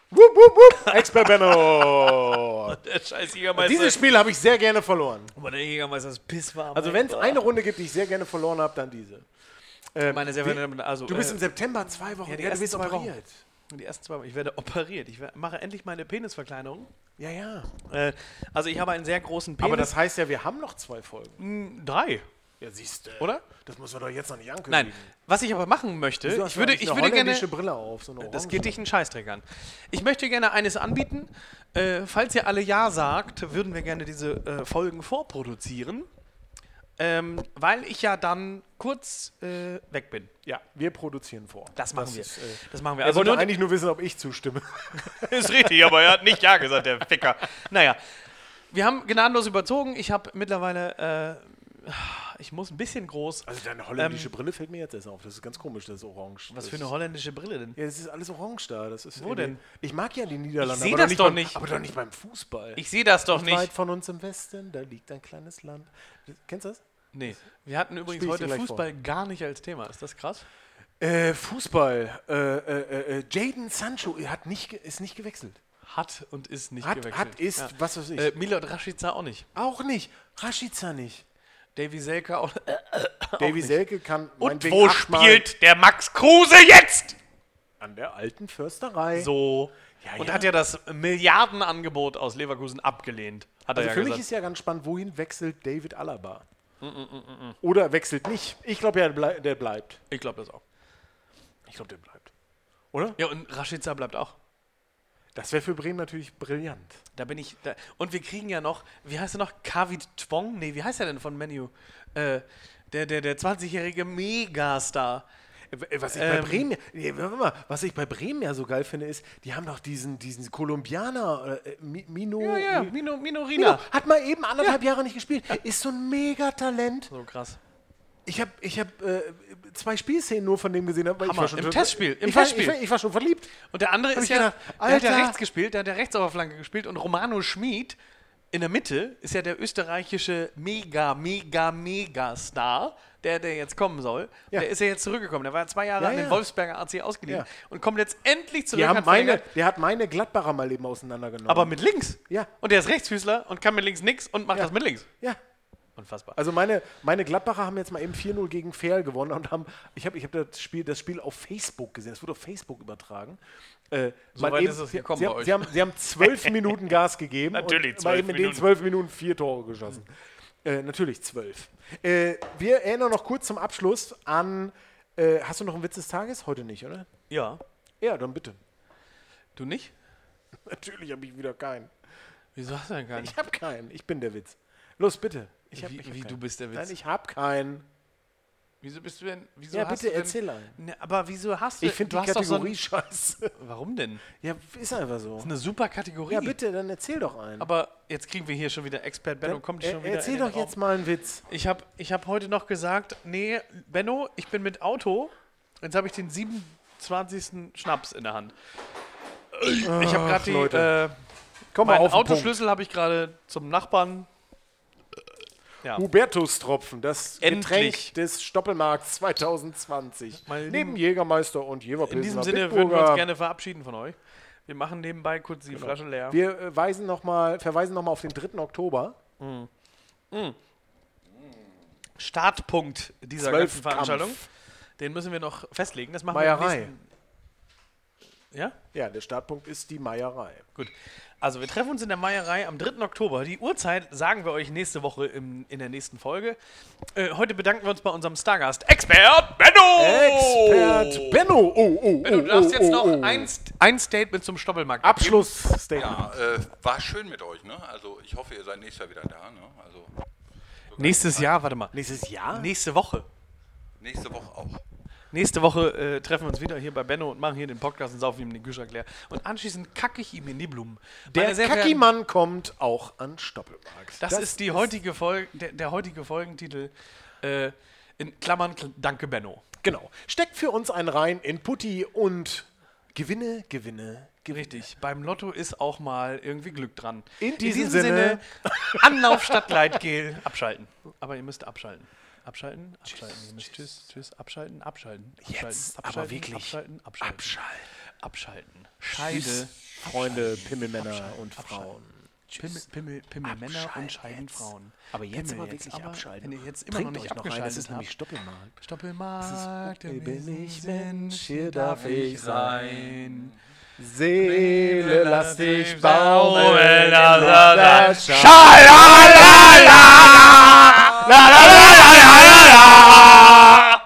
S3: Wupp, wupp, wupp. Expert Benno.
S2: Der scheiß Jägermeister.
S3: Dieses Spiel habe ich sehr gerne verloren.
S2: Aber der Jägermeister ist pisswarm.
S3: Also wenn es eine Runde gibt, die ich sehr gerne verloren habe, dann diese.
S2: Meine sehr verehrten Damen und Herren, also,
S3: Du bist
S2: äh,
S3: im September zwei Wochen.
S2: ja, die
S3: Ja,
S2: ersten
S3: du bist
S2: zwei Wochen.
S3: operiert.
S2: Die ersten zwei Mal. Ich werde operiert. Ich wer- mache endlich meine Penisverkleinerung.
S3: Ja, ja.
S2: Äh, also ich habe einen sehr großen Penis.
S3: Aber das heißt ja, wir haben noch zwei Folgen.
S2: drei.
S3: Ja, siehst du.
S2: Oder?
S3: Das müssen wir doch jetzt noch nicht ankündigen.
S2: Nein. Was ich aber machen möchte,
S3: Du hast
S2: ich würde,
S3: eigentlich
S2: ich
S3: eine
S2: würde gerne.
S3: holländische Brille auf, so eine
S2: Das geht dich einen Scheißdreck an. Ich möchte gerne eines anbieten. Äh, falls ihr alle Ja sagt, würden wir gerne diese äh, Folgen vorproduzieren. Ähm, weil ich ja dann kurz äh, weg bin.
S3: Ja, wir produzieren vor.
S2: Das machen wir.
S3: Ist, äh,
S2: das machen wir.
S3: er
S2: Also
S3: wollte
S2: nur,
S3: eigentlich nur wissen, ob ich zustimme.
S2: Ist richtig, aber er hat nicht Ja gesagt, der Ficker. Naja, wir haben gnadenlos überzogen. Ich habe mittlerweile, äh, ich muss ein bisschen groß.
S3: Also deine holländische Brille fällt mir jetzt erst auf. Das ist ganz komisch, das ist orange.
S2: Ähm. Was für eine holländische Brille denn?
S3: Ja, es ist alles orange da. Das ist
S2: Wo
S3: irgendwie-
S2: denn?
S3: Ich mag ja die Niederlande,
S2: Ich seh
S3: aber,
S2: das
S3: nicht
S2: doch
S3: beim,
S2: nicht.
S3: aber doch nicht beim Fußball.
S2: Ich sehe das doch
S3: Weit
S2: nicht.
S3: von uns im Westen, da liegt ein kleines Land. Kennst du das?
S2: Nee, wir hatten übrigens
S3: Spiel ich dir
S2: heute
S3: gleich
S2: Fußball gar nicht als Thema. Ist das krass?
S3: Äh, Fußball. Äh, äh, äh, Jaden Sancho hat nicht, ge- ist nicht gewechselt.
S2: Hat und ist nicht
S3: Hat,
S2: gewechselt.
S3: hat ist,
S2: Ja.
S3: was weiß ich.
S2: Äh, Milot Rashica auch nicht.
S3: auch nicht. Rashica nicht.
S2: Davy Selke auch.
S3: Davy Selke kann
S2: Und
S3: meinetwegen
S2: wo
S3: achtmal
S2: spielt der Max Kruse jetzt?
S3: An der alten Försterei.
S2: So. Und
S3: ja.
S2: hat ja das Milliardenangebot aus Leverkusen abgelehnt. Hat
S3: Also
S2: er ja
S3: für
S2: gesagt. Mm,
S3: mich ist ja ganz spannend, wohin wechselt David Alaba? Oder wechselt nicht. Ich glaube ja, der blei- der bleibt.
S2: ich glaube das auch.
S3: Ich glaube, der bleibt.
S2: Ja, und Rashica bleibt auch.
S3: Das wäre für Bremen natürlich brillant.
S2: Da bin ich. Da. Und wir kriegen ja noch, wie heißt er noch? Kavid Twong? Nee, wie heißt er denn von Menu? Äh, der, der, der 20-jährige Megastar. Äh,
S3: Äh, Was ich
S2: Ähm.
S3: bei Bremen, ja- nee, warte mal, was ich bei Bremen ja so geil finde, ist, die haben doch diesen, diesen Kolumbianer, äh, Mi- Mino.
S2: Ja, ja,
S3: Mi-
S2: Mino, Mino Rina.
S3: Mino, hat mal eben anderthalb Jahre nicht gespielt. Ist so ein Megatalent.
S2: So krass.
S3: Ich habe ich hab, äh, zwei Spielszenen nur von dem gesehen. Aber ich
S2: Hammer.
S3: war schon
S2: Im Testspiel, im
S3: ich, war,
S2: Testspiel.
S3: Ich, war, ich war schon verliebt.
S2: Und der andere ist
S3: ich
S2: ja,
S3: gedacht,
S2: der hat ja
S3: Alter.
S2: rechts gespielt, der hat ja rechts auf der Flanke gespielt und Romano Schmid in der Mitte ist ja der österreichische Mega, Mega, Mega-Star, der, der jetzt kommen soll.
S3: Ja.
S2: Der ist ja jetzt zurückgekommen. Der war ja zwei Jahre
S3: Ja,
S2: an den
S3: ja.
S2: Wolfsberger AC ausgeliehen
S3: Ja.
S2: und kommt jetzt endlich zurück.
S3: Die haben
S2: hat
S3: meine,
S2: verlängert,
S3: der hat meine Gladbacher mal eben auseinandergenommen.
S2: aber mit links.
S3: Ja.
S2: Und der ist Rechtsfüßler und kann mit links nix und macht
S3: Ja.
S2: das mit links.
S3: ja.
S2: Unfassbar.
S3: Also meine, meine Gladbacher haben jetzt mal eben 4-0 gegen Fair gewonnen und haben, ich habe ich hab das, Spiel, das Spiel auf Facebook gesehen, es wurde auf Facebook übertragen. Äh, mal
S2: weit ist es
S3: sie,
S2: gekommen
S3: sie,
S2: bei
S3: haben,
S2: euch.
S3: sie, haben, sie haben zwölf Minuten Gas gegeben
S2: Natürlich,
S3: und mal
S2: zwölf
S3: eben in den
S2: Minuten.
S3: zwölf Minuten vier Tore geschossen. Äh, natürlich zwölf. Äh, wir erinnern noch kurz zum Abschluss an, äh, hast du noch einen Witz des Tages? Heute nicht, oder?
S2: ja.
S3: Ja, dann bitte.
S2: Du nicht?
S3: Natürlich habe ich wieder keinen.
S2: Wieso hast du denn gar nicht?
S3: Ich habe keinen. Ich bin der Witz. Los, bitte. Ich hab,
S2: Wie-
S3: ich hab
S2: wie,
S3: keinen.
S2: du bist der Witz.
S3: Nein, ich habe keinen.
S2: Wieso bist du denn? Wieso
S3: Ja,
S2: hast
S3: bitte
S2: du denn,
S3: erzähl einen.
S2: Ne, aber wieso hast du?
S3: Ich finde
S2: du
S3: die
S2: hast doch so
S3: Kategorie scheiße.
S2: ein, Warum denn?
S3: Ja, ist einfach so.
S2: Eine super Kategorie.
S3: Ja, bitte, dann erzähl doch einen.
S2: Aber jetzt kriegen wir hier schon wieder Expert Benno. Kommt
S3: Er-
S2: schon wieder.
S3: erzähl
S2: in den
S3: doch
S2: Raum.
S3: jetzt mal einen Witz.
S2: Ich habe ich hab heute noch gesagt, nee, Benno, ich bin mit Auto. Jetzt habe ich den 27. Schnaps in der Hand. Ich habe gerade die. Äh,
S3: Leute. Komm
S2: meinen
S3: mal auf den
S2: Autoschlüssel habe ich gerade zum Nachbarn.
S3: Punkt. Hubertus-Tropfen, das
S2: Endlich.
S3: Getränk des Stoppelmarkts 2020.
S2: Meine
S3: Neben Jägermeister und Jeverpilsner
S2: In diesem Sinne würden wir uns gerne verabschieden von euch. Wir machen nebenbei kurz die Flasche leer.
S3: Wir äh, weisen noch mal, verweisen nochmal auf den 3. Oktober.
S2: Startpunkt dieser ganzen
S3: Zwölfkampf.
S2: Veranstaltung. Den müssen wir noch festlegen. Das machen wir.
S3: Meierei.
S2: im nächsten- Ja?
S3: Ja, der Startpunkt ist die Meierei.
S2: Gut. Also wir treffen uns in der Meierei am 3. Oktober. Die Uhrzeit sagen wir euch nächste Woche im, in der nächsten Folge. Äh, heute bedanken wir uns bei unserem Stargast, Expert Benno!
S3: Expert Benno. Oh, oh, oh,
S2: Oh! Benno, du darfst
S3: oh,
S2: jetzt
S3: oh,
S2: noch
S3: oh.
S2: ein, St- ein Statement zum Stoppelmarkt abgeben.
S3: Abschlussstatement.
S4: Ja, äh, war schön mit euch, ne? Also ich hoffe, ihr seid nächstes Jahr wieder da, ne? Also
S2: Nächstes Jahr, warte mal.
S3: Nächstes Jahr?
S2: Nächste Woche.
S4: nächste Woche auch.
S2: Nächste Woche äh, treffen wir uns wieder hier bei Benno und machen hier den Podcast und saufen ihm den Kühlschrank leer. Und anschließend kacke ich ihm in die Blumen.
S3: Der
S2: Meine sehr verehrten-
S3: Kackimann kommt auch an Stoppelmarkt.
S2: Das, ist die heutige Folge, der, der heutige Folgentitel. Äh, in Klammern, Kl- danke Benno.
S3: Genau. Steckt für uns einen rein in Putti und gewinne, gewinne, gewinne.
S2: Richtig. Beim Lotto ist auch mal irgendwie Glück dran.
S3: In diesem Sinne-
S2: Anlauf statt Leitgel. Abschalten. Aber ihr müsst abschalten. Abschalten, abschalten. Tschüss, ihr müsst tschüss, tschüss, abschalten, abschalten. abschalten
S3: Jetzt, aber
S2: abschalten,
S3: wirklich.
S2: Abschalten, abschalten.
S3: Abschalten.
S2: Abschalten. Scheide.
S3: Freunde, Pimmelmänner und Frauen.
S2: Pimmel, Pimmel, Pimmel Männer
S3: Abschalten
S2: und scheiden
S3: jetzt.
S2: Frauen.
S3: Aber jetzt
S2: Pimmel
S3: aber wirklich abschalten.
S2: Wenn ihr jetzt immer
S3: Trinkt
S2: noch nicht
S3: euch noch ein,
S2: abgeschaltet
S3: das ist
S2: habt.
S3: nämlich Stoppelmarkt.
S2: Stoppelmarkt,
S3: Hier
S2: im
S3: bin ich
S2: Wesen
S3: Mensch,
S2: sind,
S3: hier darf ich
S2: sein.
S3: Seele,
S2: lass dich baumeln,
S3: baumeln,
S2: la, la, la.
S3: Schalalala!